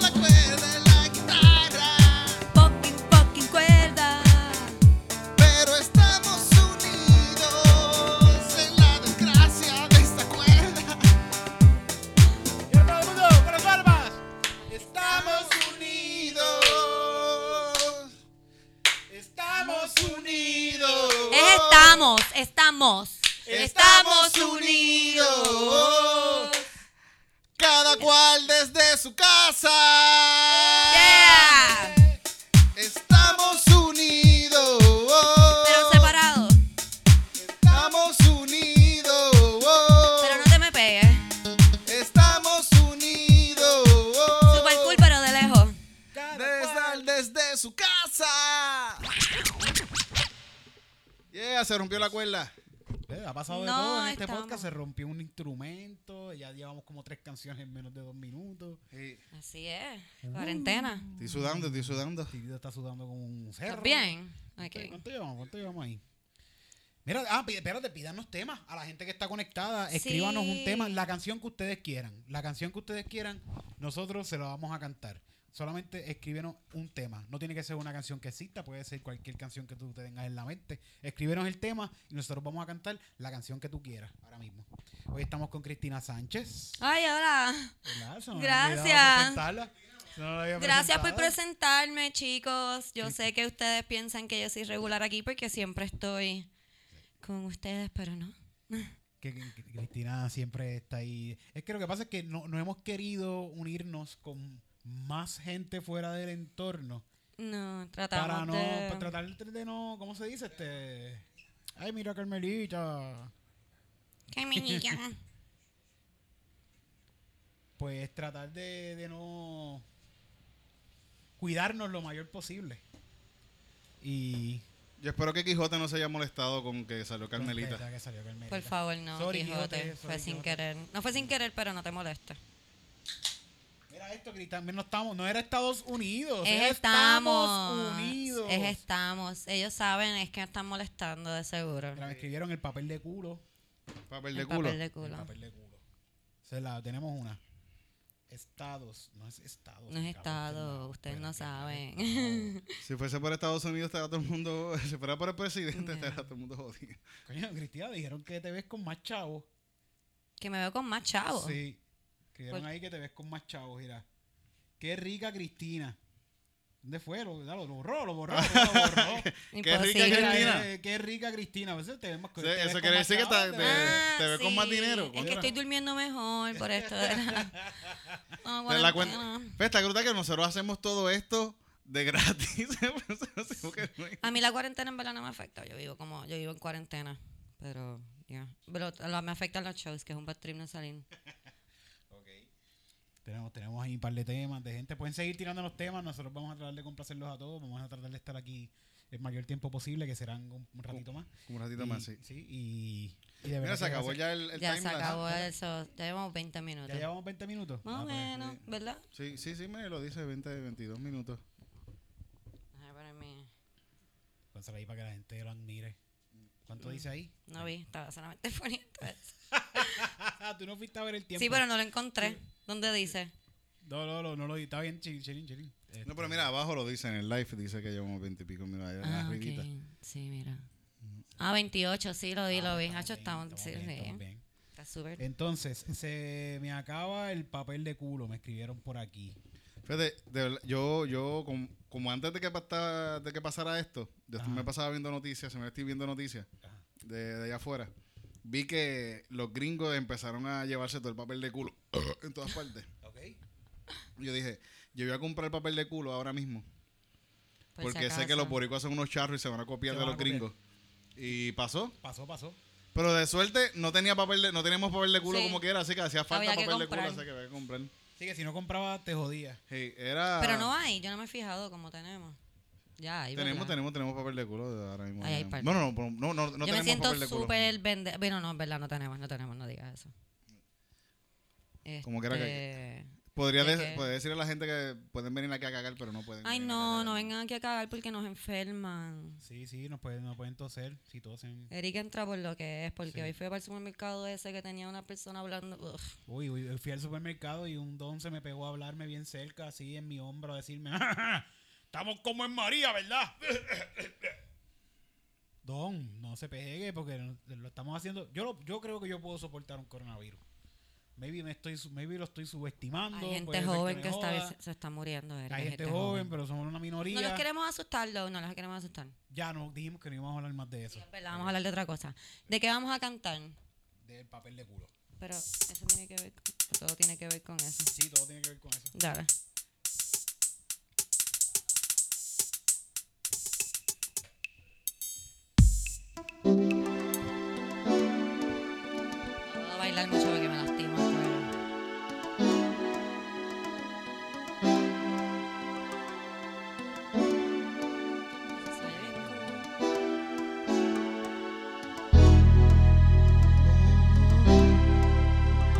[SPEAKER 1] la cuerda de la guitarra.
[SPEAKER 3] Fucking, fucking cuerda.
[SPEAKER 1] Pero estamos unidos en la desgracia de esta cuerda.
[SPEAKER 2] Y ahora todo el mundo con las palmas. Estamos
[SPEAKER 1] Unidos.
[SPEAKER 2] Estamos
[SPEAKER 1] Unidos.
[SPEAKER 3] Es estamos, estamos.
[SPEAKER 1] Estamos unidos. Cada cual desde su casa.
[SPEAKER 3] Yeah.
[SPEAKER 1] Estamos unidos.
[SPEAKER 3] Pero separados.
[SPEAKER 1] Estamos unidos.
[SPEAKER 3] Pero no te me pegues.
[SPEAKER 1] Estamos unidos. Oh.
[SPEAKER 3] Super cool, pero de lejos.
[SPEAKER 1] Desde, desde su casa. Yeah, se rompió la cuerda.
[SPEAKER 2] Eh, Ha pasado de
[SPEAKER 3] No,
[SPEAKER 2] todo en este
[SPEAKER 3] estamos.
[SPEAKER 2] podcast. Se rompió un instrumento. Ya llevamos como tres canciones en menos de dos minutos.
[SPEAKER 1] Sí,
[SPEAKER 3] Así es. Cuarentena.
[SPEAKER 1] Estoy sudando, estoy sudando.
[SPEAKER 2] Tirita está sudando como un cerro.
[SPEAKER 3] ¿Estás bien?
[SPEAKER 2] ¿Cuánto-
[SPEAKER 3] Ok.
[SPEAKER 2] ¿Cuánto llevamos? ¿Cuánto llevamos ahí? Mira, ah, pi- espérate, pídanos temas a la gente que está conectada. Escríbanos un
[SPEAKER 3] Sí.
[SPEAKER 2] tema, la canción que ustedes quieran. La canción que ustedes quieran, nosotros se la vamos a cantar. Solamente escríbenos un tema. No tiene que ser una canción que exista, puede ser cualquier canción que tú te tengas en la mente. Escríbenos el tema y nosotros vamos a cantar la canción que tú quieras ahora mismo. Hoy estamos con Cristina Sánchez.
[SPEAKER 3] Ay, hola.
[SPEAKER 2] ¿verdad? Se me había
[SPEAKER 3] Gracias.
[SPEAKER 2] olvidado presentarla. Se me había
[SPEAKER 3] Gracias por
[SPEAKER 2] presentado.
[SPEAKER 3] presentarme, chicos. Yo sé que ustedes piensan que yo soy regular aquí porque siempre estoy con ustedes, pero no.
[SPEAKER 2] que, que- que Cristina siempre está ahí. Es que lo que pasa es que no, no hemos querido unirnos con más gente fuera del entorno
[SPEAKER 3] No,
[SPEAKER 2] para
[SPEAKER 3] tratamos
[SPEAKER 2] no pues,
[SPEAKER 3] de...
[SPEAKER 2] para
[SPEAKER 3] *laughs*
[SPEAKER 2] tratar de no, ¿cómo se dice este? Ay, mira Carmelita. *laughs*
[SPEAKER 3] Qué minilla.
[SPEAKER 2] Pues tratar de, de no cuidarnos lo mayor posible. Y
[SPEAKER 1] Yo espero que Quijote no se haya molestado con que salió Carmelita.
[SPEAKER 2] Espera, que salió Carmelita.
[SPEAKER 3] Por favor, no,
[SPEAKER 2] Sorry,
[SPEAKER 3] Quijote.
[SPEAKER 2] Quijote,
[SPEAKER 3] Fue
[SPEAKER 2] sorry,
[SPEAKER 3] sin
[SPEAKER 2] Quijote.
[SPEAKER 3] querer. No fue sin querer, pero no te molestes.
[SPEAKER 2] Mira esto, Cristina, también no estamos, no era Estados Unidos, era
[SPEAKER 3] Es estamos.
[SPEAKER 2] Unidos.
[SPEAKER 3] Es estamos. Ellos saben, es que están molestando de seguro.
[SPEAKER 2] Mira, me escribieron el papel de culo.
[SPEAKER 1] Papel
[SPEAKER 3] El
[SPEAKER 1] de culo.
[SPEAKER 3] papel de
[SPEAKER 2] El
[SPEAKER 3] culo.
[SPEAKER 2] papel de culo. Se la, tenemos una. Estados. No es estado.
[SPEAKER 3] No es
[SPEAKER 2] pues,
[SPEAKER 3] estado, ustedes no saben. *laughs*
[SPEAKER 1] Si fuese por Estados Unidos, estaría todo el mundo. *laughs* Si fuera por el presidente,
[SPEAKER 3] Ya.
[SPEAKER 1] estaría todo el mundo jodido.
[SPEAKER 2] *laughs* Coño, Cristina, dijeron que te ves con más chavos.
[SPEAKER 3] Que me veo con más chavos.
[SPEAKER 2] Sí. Escribieron
[SPEAKER 3] Por-
[SPEAKER 2] ahí que te ves con más chavos, mira. Qué rica Cristina. ¿Dónde fue? Lo, lo borró, lo borró, lo borró.
[SPEAKER 3] *laughs*
[SPEAKER 1] Qué rica
[SPEAKER 3] Imposible.
[SPEAKER 1] Cristina.
[SPEAKER 2] Eh, qué rica Cristina. A veces te ves más
[SPEAKER 1] Sí,
[SPEAKER 2] te ves
[SPEAKER 1] eso
[SPEAKER 2] con
[SPEAKER 1] quiere
[SPEAKER 2] más
[SPEAKER 1] decir que
[SPEAKER 2] chavos, te
[SPEAKER 1] está- te-
[SPEAKER 2] ves-
[SPEAKER 1] te ve con más dinero,
[SPEAKER 3] Ah, Es
[SPEAKER 1] coño.
[SPEAKER 3] que estoy durmiendo mejor por esto de
[SPEAKER 1] *laughs*
[SPEAKER 3] la, No,
[SPEAKER 1] Te la
[SPEAKER 3] cuarentena.
[SPEAKER 1] cuenta. Pues, está brutal que nosotros hacemos todo esto de gratis. *laughs*
[SPEAKER 3] A mí la cuarentena en verdad no me afecta. Yo vivo como, yo vivo en cuarentena, pero ya. Pero lo- me afectan los shows, que es un bad trip no salir.
[SPEAKER 2] Tenemos, tenemos ahí un par de temas de gente. Pueden seguir tirando los temas. Nosotros vamos a tratar de complacerlos a todos. Vamos a tratar de estar aquí el mayor tiempo posible, que serán un, un ratito más.
[SPEAKER 1] Un ratito más,
[SPEAKER 2] Y-
[SPEAKER 1] sí.
[SPEAKER 2] y, y de
[SPEAKER 1] Mm. Mira,
[SPEAKER 2] verdad
[SPEAKER 1] se
[SPEAKER 2] que
[SPEAKER 1] acabó
[SPEAKER 2] gracias.
[SPEAKER 1] ya el, el
[SPEAKER 3] Ya se
[SPEAKER 1] timeline.
[SPEAKER 3] acabó eso. Ya llevamos 20
[SPEAKER 2] Ya
[SPEAKER 3] minutos.
[SPEAKER 2] llevamos 20 minutos.
[SPEAKER 3] Más o
[SPEAKER 2] Ah, pues,
[SPEAKER 3] menos,
[SPEAKER 1] sí.
[SPEAKER 3] ¿verdad?
[SPEAKER 1] Sí, sí, sí, me lo dice 20, 22 minutos.
[SPEAKER 3] Ay, para mí.
[SPEAKER 2] pónsela ahí para que la gente lo admire. ¿Cuánto dice ahí? *laughs*
[SPEAKER 3] No vi, estaba solamente *laughs* poniendo eso.
[SPEAKER 2] Tú no fuiste a ver el tiempo.
[SPEAKER 3] Sí, pero no lo encontré. ¿Dónde dice?
[SPEAKER 2] No, no, no, no lo Está bien, chilín, chilín, chilín.
[SPEAKER 1] No,
[SPEAKER 2] Este.
[SPEAKER 1] pero mira, abajo lo dice en el live, dice que llevamos 20 y pico minutos. Allá
[SPEAKER 3] Ah,
[SPEAKER 1] arribita.
[SPEAKER 3] ok. Sí, mira. Ah, 28, sí, lo
[SPEAKER 1] Ah,
[SPEAKER 3] vi, lo vi. Hacho, estamos, sí,
[SPEAKER 2] bien,
[SPEAKER 3] sí.
[SPEAKER 2] estamos bien.
[SPEAKER 3] Está súper.
[SPEAKER 2] Entonces, se me acaba el papel de culo. Me escribieron por aquí.
[SPEAKER 1] Fíjate, de verdad, yo, yo como, como antes de que, pasta- de que pasara esto, yo
[SPEAKER 2] Ajá.
[SPEAKER 1] me pasaba viendo noticias, se me estoy viendo noticias
[SPEAKER 2] Ajá.
[SPEAKER 1] de, de allá afuera. Vi que los gringos empezaron a llevarse todo el papel de culo *coughs* en todas partes.
[SPEAKER 2] Ok.
[SPEAKER 1] Yo dije, yo voy a comprar papel de culo ahora mismo.
[SPEAKER 3] por si
[SPEAKER 1] porque sé que
[SPEAKER 3] acaso.
[SPEAKER 1] los boricuas hacen unos charros y se van a copiar
[SPEAKER 2] Se
[SPEAKER 1] de
[SPEAKER 2] van
[SPEAKER 1] los
[SPEAKER 2] a copiar.
[SPEAKER 1] gringos. Y pasó.
[SPEAKER 2] Pasó, pasó.
[SPEAKER 1] Pero de suerte no tenía papel de, no teníamos papel de culo
[SPEAKER 3] Sí.
[SPEAKER 1] como quiera, así que hacía falta
[SPEAKER 3] Había que
[SPEAKER 1] papel de culo,
[SPEAKER 3] comprar.
[SPEAKER 1] así que había que comprar.
[SPEAKER 2] Así que si no compraba, te jodía.
[SPEAKER 1] Sí, era
[SPEAKER 3] Pero no hay, yo no me he fijado cómo tenemos. Ya, hay,
[SPEAKER 1] tenemos,
[SPEAKER 3] ¿verdad?
[SPEAKER 1] tenemos, tenemos papel de culo de ahora mismo.
[SPEAKER 3] Ahí hay par.
[SPEAKER 1] no, no, no, pero no, no, no
[SPEAKER 3] yo me
[SPEAKER 1] tenemos
[SPEAKER 3] siento
[SPEAKER 1] papel de culo.
[SPEAKER 3] súper vende... Bueno, no, en verdad, no tenemos, no tenemos, no digas eso. Este,
[SPEAKER 1] Como que era que-
[SPEAKER 4] Podría
[SPEAKER 3] ¿De
[SPEAKER 4] de-
[SPEAKER 3] qué?
[SPEAKER 4] podría decirle a la gente que pueden venir aquí a cagar, pero no pueden.
[SPEAKER 3] Ay,
[SPEAKER 4] venir
[SPEAKER 3] no,
[SPEAKER 4] a cagar.
[SPEAKER 3] no vengan aquí a cagar porque nos enferman.
[SPEAKER 2] Sí, sí, nos pueden, nos pueden toser si tosen.
[SPEAKER 3] Erika entra por lo que es, porque
[SPEAKER 2] Sí.
[SPEAKER 3] hoy fui para el supermercado ese que tenía una persona hablando. ugh.
[SPEAKER 2] Uy, uy, fui al supermercado y un don se me pegó a hablarme bien cerca, así en mi hombro, a decirme, "Ah, estamos como en María, ¿verdad? *laughs* don, no se pegue porque no- lo estamos haciendo. Yo, lo- yo creo que yo puedo soportar un coronavirus. Maybe, me estoy, su- maybe lo estoy subestimando.
[SPEAKER 3] Hay gente
[SPEAKER 2] puede ser
[SPEAKER 3] joven
[SPEAKER 2] me
[SPEAKER 3] que, está,
[SPEAKER 2] joda.
[SPEAKER 3] se está muriendo. Erika,
[SPEAKER 2] Hay gente joven, pero somos una minoría.
[SPEAKER 3] No los queremos asustar, Lou, no los queremos asustar.
[SPEAKER 2] Ya nos dijimos que no íbamos a hablar más de eso.
[SPEAKER 3] Es verdad, vamos a hablar de otra cosa. ¿De qué vamos a cantar?
[SPEAKER 2] Del papel de culo.
[SPEAKER 3] Pero eso tiene que ver, todo tiene que ver con eso.
[SPEAKER 2] Sí, todo tiene que ver con eso.
[SPEAKER 3] Dale. No puedo bailar mucho porque me lastima el cuello. Se oye bien como-
[SPEAKER 2] Para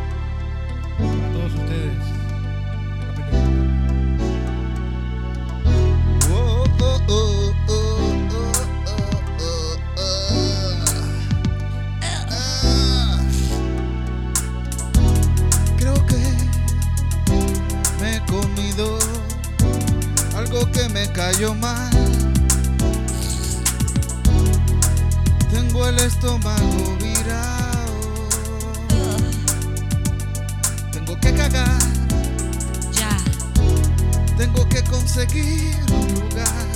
[SPEAKER 2] todos ustedes. el papel de culo.
[SPEAKER 4] Oh, oh, oh, oh, oh, oh, oh, oh. Ah. Creo que me he comido algo que me cayó mal. Tengo el estómago virado. Tengo que cagar.
[SPEAKER 3] Ya,
[SPEAKER 4] Tengo que conseguir un lugar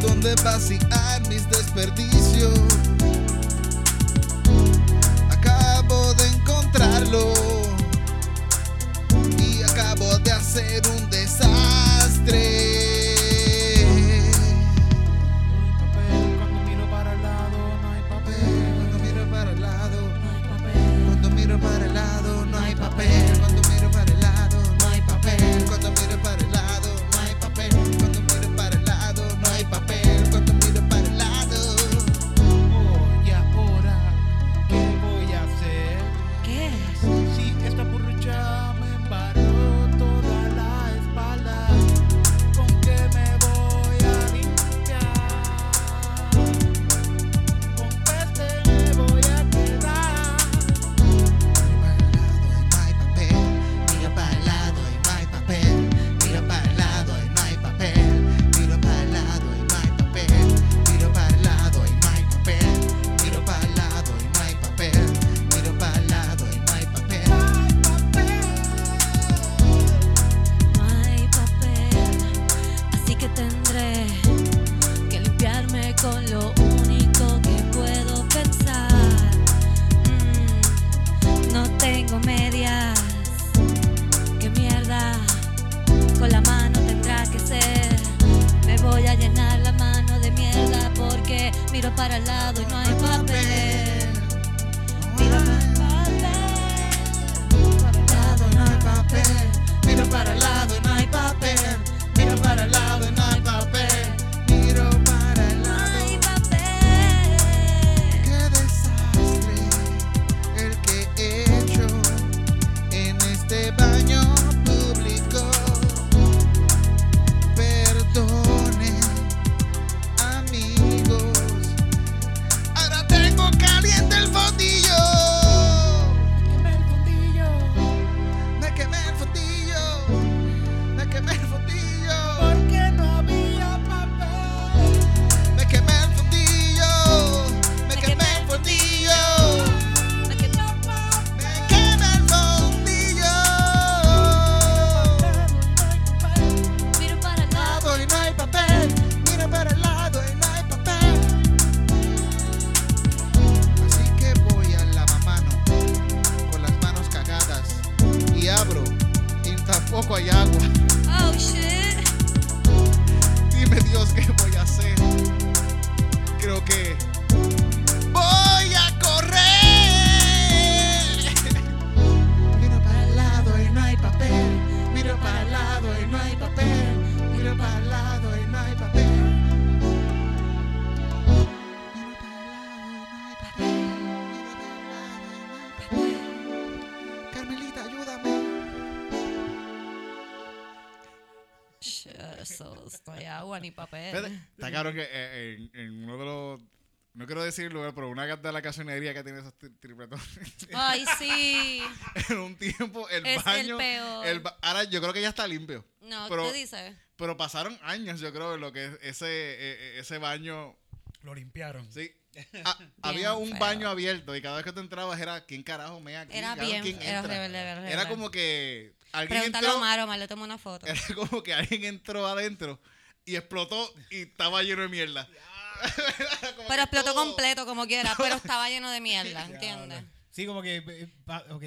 [SPEAKER 4] donde vaciar mis desperdicios. Acabo de encontrarlo y acabo de hacer un desastre.
[SPEAKER 2] No hay papel cuando miro para el lado, no hay
[SPEAKER 4] Papel,
[SPEAKER 2] papel.
[SPEAKER 4] Cuando miro para el lado,
[SPEAKER 3] no hay papel.
[SPEAKER 4] cuando miro para el lado, no hay papel. Cuando miro para el lado, no hay papel. Cuando miro para el lado, no hay papel. Cuando miro para el lado, no hay papel. Cuando miro para el lado.
[SPEAKER 2] Oh, y ahora, ¿qué voy a hacer?
[SPEAKER 3] ¿Qué?
[SPEAKER 2] Si esta burrucha me embarró toda la espalda, ¿con qué me voy a limpiar? Con peste me voy a quedar.
[SPEAKER 4] Para el lado y no hay papel. Miro para el lado y no hay papel. Miro para el lado y no hay papel. Miro para el lado y no hay papel. Miro para el lado y no hay papel. Miro para el lado y no hay papel. Miro para el lado y no hay papel.
[SPEAKER 3] No hay papel, así que tendré que limpiarme con lo único que puedo pensar. Mm, no tengo medias, qué mierda, con la mano tendrá que ser. Me voy a llenar la mano de mierda porque miro para el lado y no hay papel. Miro para el lado y no hay papel.
[SPEAKER 4] Miro para el lado y no hay papel. Miro para el lado y no hay papel. Miro para el
[SPEAKER 3] No
[SPEAKER 4] lado.
[SPEAKER 3] hay papel.
[SPEAKER 4] Qué desastre el que he hecho en este baño público. Perdonen, amigos. Ahora tengo caliente el fondillo. Me quemé el fundillo, me quemé el fundillo. Porque no había papel. Me quemé el fundillo, me quemé el fundillo.
[SPEAKER 3] Me quedé papel.
[SPEAKER 4] Me quemé el fundillo.
[SPEAKER 3] Miro para el lado.
[SPEAKER 4] Lado y no hay papel, mira para el lado y no hay papel. Así que voy al lavamano con las manos cagadas y abro y tampoco hay agua.
[SPEAKER 3] Oh shit.
[SPEAKER 4] Dime Dios qué voy a hacer. Creo que voy a correr. Miro para el lado y no hay papel. Miro para el lado y no hay papel. Miro para el lado y no hay papel. Miro para el lado y no hay papel. Miro para el lado y no hay papel. Carmelita, ayúdame.
[SPEAKER 3] eso estoy agua ni papel.
[SPEAKER 1] Espérate, Está cabrón que eh, en, en uno de los. No quiero decir lugar, pero una de la casonería que tiene esos tri- tripletones. *laughs*
[SPEAKER 3] Ay, sí.
[SPEAKER 1] en un tiempo, el
[SPEAKER 3] Es el
[SPEAKER 1] baño.
[SPEAKER 3] peor.
[SPEAKER 1] ba- ahora yo creo que ya está limpio.
[SPEAKER 3] No,
[SPEAKER 1] Pero-
[SPEAKER 3] ¿qué dices?
[SPEAKER 1] Pero pasaron años, yo creo, en lo que es- ese, eh, eh, ese baño.
[SPEAKER 2] Lo limpiaron.
[SPEAKER 1] Sí.
[SPEAKER 3] *laughs*
[SPEAKER 1] Ah, había un
[SPEAKER 3] feo.
[SPEAKER 1] baño abierto y cada vez que tú entrabas era quién carajo mea aquí?
[SPEAKER 3] Era
[SPEAKER 1] Cabrón,
[SPEAKER 3] bien,
[SPEAKER 1] ¿quién
[SPEAKER 3] era
[SPEAKER 1] entra?"
[SPEAKER 3] rebelde, era rebelde.
[SPEAKER 1] Era como que alguien
[SPEAKER 3] Pregúntale a
[SPEAKER 1] entró,
[SPEAKER 3] Omar, Omar le tomó una foto.
[SPEAKER 1] era como que alguien entró adentro y explotó y estaba lleno de mierda. Era como
[SPEAKER 3] Pero
[SPEAKER 1] que
[SPEAKER 3] explotó
[SPEAKER 1] todo-
[SPEAKER 3] completo como quiera,
[SPEAKER 1] *laughs*
[SPEAKER 3] pero estaba lleno de mierda, ¿entiendes?
[SPEAKER 2] Diablo. Sí, como que, eh, pa- ok,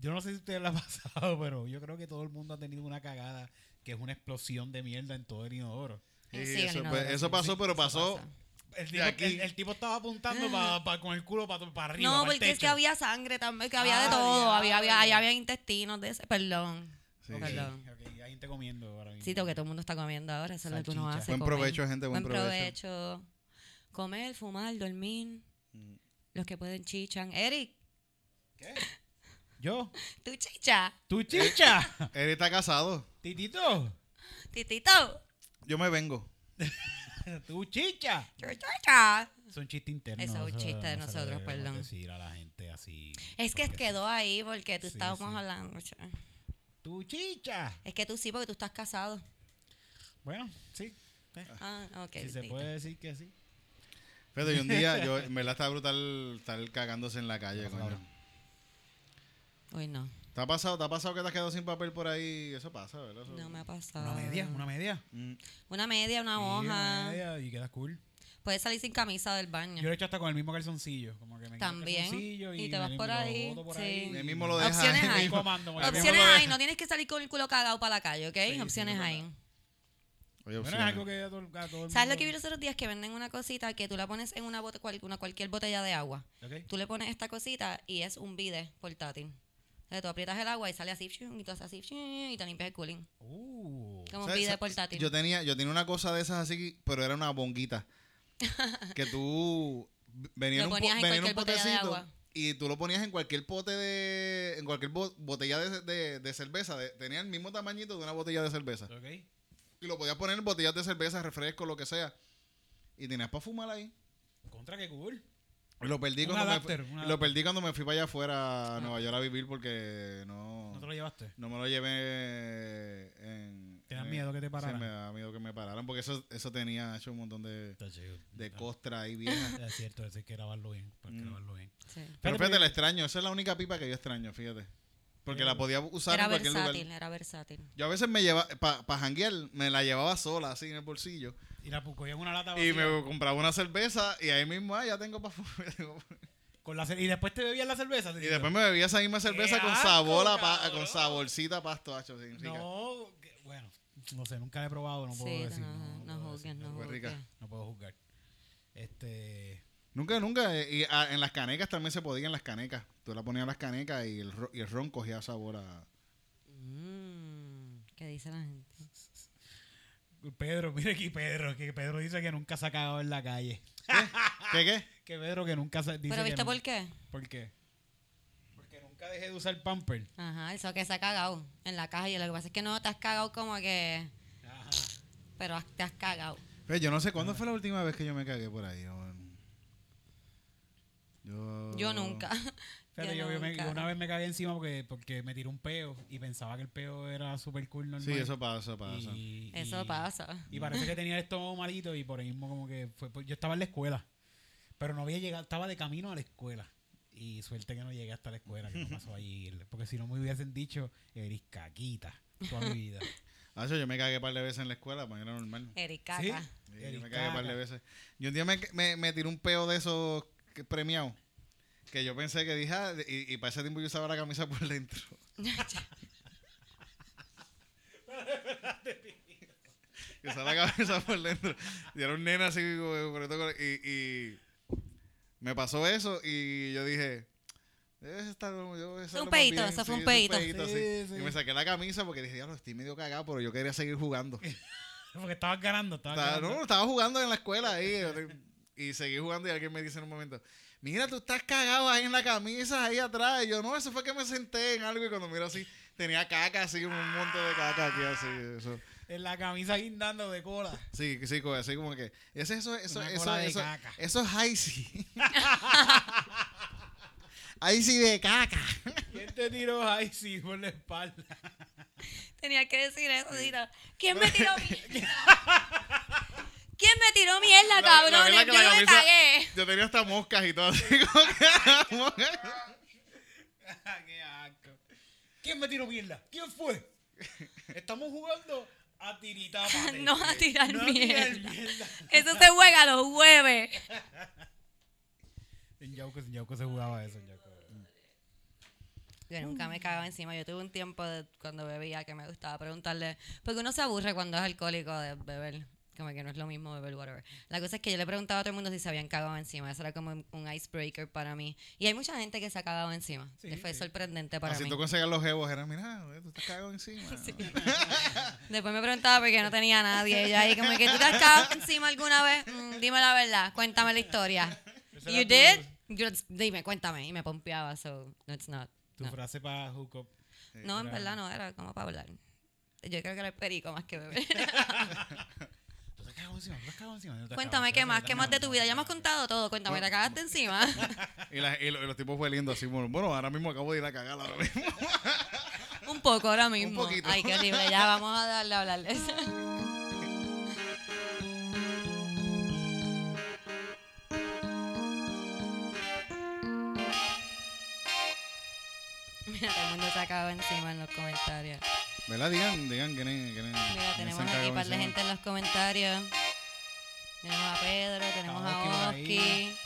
[SPEAKER 2] yo no sé si ustedes la ha *laughs* pasado, pero yo creo que todo el mundo ha tenido una cagada que es una explosión de mierda en todo el inodoro.
[SPEAKER 1] Sí,
[SPEAKER 3] Sí, el
[SPEAKER 1] eso, pues,
[SPEAKER 3] inodoro,
[SPEAKER 1] eso
[SPEAKER 3] sí,
[SPEAKER 1] pasó,
[SPEAKER 3] sí,
[SPEAKER 1] pero
[SPEAKER 3] eso
[SPEAKER 1] pasó.
[SPEAKER 3] pasa.
[SPEAKER 2] El
[SPEAKER 1] De
[SPEAKER 2] tipo,
[SPEAKER 1] aquí.
[SPEAKER 2] el- el tipo estaba apuntando pa- pa- con el culo para arriba.
[SPEAKER 3] Ah. No,
[SPEAKER 2] pa' el
[SPEAKER 3] porque es que
[SPEAKER 2] techo.
[SPEAKER 3] había sangre también, que había de
[SPEAKER 2] Ah,
[SPEAKER 3] todo, había, había,
[SPEAKER 2] diablo.
[SPEAKER 3] ahí había intestinos de ese, perdón.
[SPEAKER 1] Sí,
[SPEAKER 2] Ok,
[SPEAKER 3] Perdón.
[SPEAKER 2] ok, hay gente comiendo ahora mismo.
[SPEAKER 3] Sí, tengo que todo el mundo está comiendo ahora, eso es lo que tú no
[SPEAKER 2] Salchicha.
[SPEAKER 3] haces.
[SPEAKER 1] Buen
[SPEAKER 3] comer.
[SPEAKER 1] provecho, gente, buen provecho.
[SPEAKER 3] provecho. Comer, fumar, dormir.
[SPEAKER 1] Mm.
[SPEAKER 3] Los que pueden chichan. Eric,
[SPEAKER 2] ¿Qué? ¿Yo?
[SPEAKER 3] tú chicha.
[SPEAKER 2] ¿Tú chicha?
[SPEAKER 3] *laughs*
[SPEAKER 1] Él está casado.
[SPEAKER 2] Titito,
[SPEAKER 3] Titito,
[SPEAKER 1] Yo me vengo.
[SPEAKER 2] ¿tú chicha?
[SPEAKER 3] tú chicha.
[SPEAKER 2] Es un chiste interno.
[SPEAKER 3] Eso es un chiste de
[SPEAKER 2] no se lo
[SPEAKER 3] nosotros,
[SPEAKER 2] debemos
[SPEAKER 3] perdón.
[SPEAKER 2] decir a la gente así.
[SPEAKER 3] Es que
[SPEAKER 2] porque
[SPEAKER 3] quedó ahí porque tú
[SPEAKER 2] Sí,
[SPEAKER 3] estábamos
[SPEAKER 2] sí.
[SPEAKER 3] hablando. cha.
[SPEAKER 2] sí. ¡Tú chicha!
[SPEAKER 3] Es que tú sí, porque tú estás casado.
[SPEAKER 2] Bueno, sí. eh,
[SPEAKER 3] Ah, ok.
[SPEAKER 2] si se
[SPEAKER 3] Tito.
[SPEAKER 2] puede decir que sí.
[SPEAKER 1] Fíjate, y un día, yo, en verdad está brutal estar cagándose en la calle, coño.
[SPEAKER 3] Uy, no.
[SPEAKER 1] ¿Te ha pasado, te ha pasado que te has quedado sin papel por ahí? Eso pasa, ¿verdad? Eso-
[SPEAKER 3] No me ha pasado.
[SPEAKER 2] Una media, una media.
[SPEAKER 1] Mm.
[SPEAKER 3] Una media, una
[SPEAKER 2] Sí,
[SPEAKER 3] hoja.
[SPEAKER 2] una media y queda cool.
[SPEAKER 3] Puedes salir sin camisa del baño.
[SPEAKER 2] Yo lo he hecho hasta con el mismo calzoncillo. Como que me quito el
[SPEAKER 3] También.
[SPEAKER 2] calzoncillo
[SPEAKER 3] Y te
[SPEAKER 2] me
[SPEAKER 3] vas
[SPEAKER 2] lim-
[SPEAKER 3] por
[SPEAKER 2] lo
[SPEAKER 3] ahí,
[SPEAKER 2] boto por
[SPEAKER 3] sí.
[SPEAKER 2] ahí.
[SPEAKER 1] Ahí mismo lo dejas.
[SPEAKER 3] Opciones
[SPEAKER 1] ahí
[SPEAKER 3] hay.
[SPEAKER 1] mismo.
[SPEAKER 2] Comando, ahí mismo
[SPEAKER 3] Opciones
[SPEAKER 1] lo
[SPEAKER 3] hay,
[SPEAKER 1] dejas.
[SPEAKER 3] no tienes que salir con el culo cagado para la calle, ¿ok?
[SPEAKER 2] sí,
[SPEAKER 3] Opciones
[SPEAKER 2] no,
[SPEAKER 3] hay.
[SPEAKER 2] no.
[SPEAKER 1] Oye,
[SPEAKER 2] Bueno, es
[SPEAKER 1] opciones.
[SPEAKER 2] algo que a todo, el- a todo el
[SPEAKER 3] ¿Sabes lo
[SPEAKER 2] mundo-
[SPEAKER 3] que vi los otros días? Que venden una cosita que tú la pones en una, bote- cual- una cualquier botella de agua.
[SPEAKER 2] Ok.
[SPEAKER 3] Tú le pones esta cosita y es un bide portátil. O sea, tú aprietas el agua y sale así, shum, y tú haces así, shum, y te limpias el cooling.
[SPEAKER 2] Uh,
[SPEAKER 3] Como un
[SPEAKER 1] ¿Sabes?
[SPEAKER 3] bide
[SPEAKER 1] Sa-
[SPEAKER 3] portátil.
[SPEAKER 1] Yo tenía, yo tenía una cosa de esas así, pero era una
[SPEAKER 3] *laughs*
[SPEAKER 1] bonguita. que tú venía
[SPEAKER 3] Lo
[SPEAKER 1] en un, po-
[SPEAKER 3] ponías en
[SPEAKER 1] venía en un
[SPEAKER 3] cualquier botella de
[SPEAKER 1] potecito
[SPEAKER 3] agua.
[SPEAKER 1] y tú lo ponías en cualquier pote de. en cualquier bo- botella de, de- de cerveza. de- tenía el mismo tamañito de una botella de cerveza.
[SPEAKER 2] ok.
[SPEAKER 1] Y lo podías poner en botellas de cerveza, refresco, lo que sea. Y tenías para fumar ahí.
[SPEAKER 2] Contra que cool.
[SPEAKER 1] Y Lo perdí,
[SPEAKER 2] Un
[SPEAKER 1] cuando
[SPEAKER 2] adapter,
[SPEAKER 1] me,
[SPEAKER 2] un
[SPEAKER 1] fu-
[SPEAKER 2] adapter. Ah.
[SPEAKER 1] lo perdí cuando me fui para allá afuera a Nueva York a vivir porque no,
[SPEAKER 2] No te lo llevaste.
[SPEAKER 1] no me lo llevé en...
[SPEAKER 2] ¿Te da
[SPEAKER 1] en-
[SPEAKER 2] miedo que te pararan?
[SPEAKER 1] Sí, me da miedo que me pararan porque eso, eso tenía hecho un montón de,
[SPEAKER 2] Está chido.
[SPEAKER 1] de
[SPEAKER 2] Está-
[SPEAKER 1] costra ahí
[SPEAKER 2] *laughs*
[SPEAKER 1] vieja.
[SPEAKER 2] Es cierto, eso hay que grabarlo bien. Para grabarlo bien.
[SPEAKER 3] Sí.
[SPEAKER 2] Mm.
[SPEAKER 1] Pero
[SPEAKER 2] Espérate,
[SPEAKER 1] fíjate,
[SPEAKER 2] porque-
[SPEAKER 1] la extraño. Esa es la única pipa que yo extraño, fíjate. Porque
[SPEAKER 2] Eh,
[SPEAKER 1] la podía usar
[SPEAKER 3] Era
[SPEAKER 1] en cualquier
[SPEAKER 3] versátil,
[SPEAKER 1] lugar.
[SPEAKER 3] era versátil.
[SPEAKER 1] Yo a veces me llevaba, para janguear, me la llevaba sola así en el bolsillo.
[SPEAKER 2] Y la pu- cogían una lata
[SPEAKER 1] Y
[SPEAKER 2] vacía
[SPEAKER 1] me compraba una cerveza y ahí mismo, ah, ya tengo para *laughs* fumar.
[SPEAKER 2] con la cer- y después te bebían la cerveza.
[SPEAKER 1] Y después me bebía esa misma cerveza con
[SPEAKER 2] asco,
[SPEAKER 1] sabor a pa-
[SPEAKER 2] cabrón!
[SPEAKER 1] con saborcita a pasto hacho, sí, rica.
[SPEAKER 2] No, que- bueno, no sé, nunca la he probado, no puedo
[SPEAKER 3] Sí,
[SPEAKER 2] decir.
[SPEAKER 3] no,
[SPEAKER 2] No,
[SPEAKER 3] no
[SPEAKER 2] puedo
[SPEAKER 3] juzgues,
[SPEAKER 2] decir,
[SPEAKER 3] no
[SPEAKER 1] fue
[SPEAKER 3] juzgues.
[SPEAKER 1] rica.
[SPEAKER 2] no puedo juzgar. Este,
[SPEAKER 1] Nunca, nunca. eh, Y ah, en las canecas también se podían las canecas. Tú la ponías en las canecas y el, ro- y el ron cogía sabor a.
[SPEAKER 3] Mm, ¿Qué dice la gente?
[SPEAKER 2] Pedro, *laughs* mira aquí Pedro, que Pedro dice que nunca se ha cagado en la calle.
[SPEAKER 1] ¿Qué qué?
[SPEAKER 2] Que Pedro que nunca se dice
[SPEAKER 3] ¿Pero
[SPEAKER 2] que
[SPEAKER 3] viste
[SPEAKER 2] nun-
[SPEAKER 3] por qué?
[SPEAKER 2] ¿Por qué? Porque nunca dejé de usar pamper.
[SPEAKER 3] Ajá, eso que se ha cagado en la calle. Lo que pasa es que no te has cagado como que...
[SPEAKER 2] Ajá.
[SPEAKER 3] Pero has- te has cagado.
[SPEAKER 1] Pero yo no sé cuándo fue la última vez que yo me cagué por ahí. no? Yo.
[SPEAKER 3] Yo nunca. *laughs*
[SPEAKER 2] Fíjate, yo, yo me-
[SPEAKER 3] nunca.
[SPEAKER 2] una vez me cagué encima porque, porque me tiró un peo y pensaba que el peo era super cool normal.
[SPEAKER 1] Sí, eso pasa, eso pasa.
[SPEAKER 2] Y-
[SPEAKER 3] Eso
[SPEAKER 2] y-
[SPEAKER 3] pasa.
[SPEAKER 2] Y parece que tenía el estómago malito y por ahí mismo como que fue, pues, yo estaba en la escuela, pero no había llegado, estaba de camino a la escuela. Y suerte que no llegué hasta la escuela, que no pasó allí, porque si no me hubiesen dicho, eres caquita toda mi vida.
[SPEAKER 1] Hacho, yo me cagué un par de veces en la escuela, pues era normal.
[SPEAKER 3] Eric
[SPEAKER 2] ¿Sí?
[SPEAKER 3] *laughs* caca. *laughs*
[SPEAKER 1] Sí,
[SPEAKER 2] Eres
[SPEAKER 1] yo me cagué un par
[SPEAKER 2] caca.
[SPEAKER 1] de veces. Y un día me, me, me tiré un peo de esos que- premiados. Que yo pensé que dije, ah, y, y para ese tiempo yo usaba la camisa por dentro. *laughs* que está la cabeza por dentro. Y era un nena así, como, por esto, con- y, y me pasó eso y yo dije, debes estar... Yo debe estarlo más
[SPEAKER 3] peito,
[SPEAKER 1] bien".
[SPEAKER 3] eso fue
[SPEAKER 1] Sí,
[SPEAKER 3] un
[SPEAKER 1] es
[SPEAKER 3] peito.
[SPEAKER 1] sí.
[SPEAKER 2] Sí, sí.
[SPEAKER 1] Y me saqué la camisa porque dije, diablo, estoy medio cagado, pero yo quería seguir jugando.
[SPEAKER 2] Porque estabas ganando, estabas
[SPEAKER 1] Estaba,
[SPEAKER 2] ganando.
[SPEAKER 1] no, estaba jugando en la escuela ahí. Y seguí jugando y alguien me dice en un momento, mira, tú estás cagado ahí en la camisa, ahí atrás. Y yo, no, eso fue que me senté en algo y cuando miro así,
[SPEAKER 4] tenía caca, así, un monte de caca aquí, así. Eso.
[SPEAKER 2] En la camisa guindando de cola.
[SPEAKER 4] Sí, sí, co- así como que. Ese, eso, eso,
[SPEAKER 2] Una
[SPEAKER 4] eso,
[SPEAKER 2] cola de
[SPEAKER 4] eso,
[SPEAKER 2] caca.
[SPEAKER 4] eso es *laughs* Icy. Icy de caca.
[SPEAKER 2] ¿Quién te tiró ahí *laughs* sí por la espalda? *laughs*
[SPEAKER 3] Tenía que decir eso, tira. ¿Quién me tiró mi... ¿Quién me tiró mierda,
[SPEAKER 4] La- la
[SPEAKER 3] Ah, cabrones?
[SPEAKER 4] verdad que
[SPEAKER 3] Yo
[SPEAKER 4] la
[SPEAKER 3] no me
[SPEAKER 4] camisa-
[SPEAKER 3] tagué.
[SPEAKER 4] Yo tenía hasta moscas y todo así. como que- como que-
[SPEAKER 2] ¡Qué asco! ¿Quién me tiró mierda? ¿Quién fue?
[SPEAKER 1] *laughs*
[SPEAKER 2] Estamos jugando a tiritar
[SPEAKER 3] *laughs* No a tirar
[SPEAKER 2] No a tirar
[SPEAKER 3] mierda.
[SPEAKER 2] mierda.
[SPEAKER 3] Eso se juega los jueves.
[SPEAKER 2] En Yauco, en Yauco se jugaba eso. en Yauco.
[SPEAKER 3] Yo nunca me cagaba encima. Yo tuve un tiempo de- cuando bebía que me gustaba preguntarle. Porque uno se aburre cuando es alcohólico de beber. Como que no es lo mismo beber whatever. La cosa es que yo le preguntaba a todo el mundo si se habían cagado encima. Eso era como un- un icebreaker para mí. Y hay mucha gente que se ha cagado encima.
[SPEAKER 2] Sí,
[SPEAKER 3] que fue
[SPEAKER 2] Ah, sí.
[SPEAKER 3] sorprendente para
[SPEAKER 4] Así
[SPEAKER 3] mí.
[SPEAKER 4] tú conseguías los jevos, era, mira, tú estás cagado
[SPEAKER 3] *laughs*
[SPEAKER 4] encima.
[SPEAKER 3] Después me preguntaba por qué no tenía a nadie. Ella ahí como que tú te has cagado encima alguna vez. Mm, dime la verdad. Cuéntame la historia.
[SPEAKER 2] Esa
[SPEAKER 3] You
[SPEAKER 2] era
[SPEAKER 3] did? Yo, dime, cuéntame. Y me pompeaba. So, no, it's not.
[SPEAKER 2] Tu
[SPEAKER 3] No.
[SPEAKER 2] frase para hook up.
[SPEAKER 3] No, en
[SPEAKER 2] Era-
[SPEAKER 3] verdad no era como para hablar. Yo creo que era el perico más que beber.
[SPEAKER 2] ¿Tú te has cagado encima? ¿Tú te has cagado encima? ¿No te has cagado?
[SPEAKER 3] Cuéntame, ¿qué
[SPEAKER 2] Espérate,
[SPEAKER 3] más?
[SPEAKER 2] te
[SPEAKER 3] ¿Qué
[SPEAKER 2] has
[SPEAKER 3] más de tu
[SPEAKER 2] cagado?
[SPEAKER 3] vida? Ya hemos contado todo. Cuéntame, te cagaste encima.
[SPEAKER 4] Y, la- y lo- y los tipos fue lindo así. Bueno, bueno, ahora mismo acabo de ir a cagar ahora mismo.
[SPEAKER 3] Un poco ahora mismo.
[SPEAKER 4] poquito.
[SPEAKER 3] Ay, qué horrible. Ya vamos a darle a hablar de eso. *laughs* Mira, todo el mundo se ha cagado encima en los comentarios.
[SPEAKER 4] *laughs* ¿Verdad? Digan, digan que ne- que ne- que
[SPEAKER 3] Mira,
[SPEAKER 4] se
[SPEAKER 3] tenemos
[SPEAKER 4] han
[SPEAKER 3] aquí
[SPEAKER 4] cagado
[SPEAKER 3] un par de
[SPEAKER 4] encima.
[SPEAKER 3] gente en los comentarios. Tenemos a Pedro, tenemos
[SPEAKER 2] Oski por
[SPEAKER 3] a Oski,
[SPEAKER 2] ahí.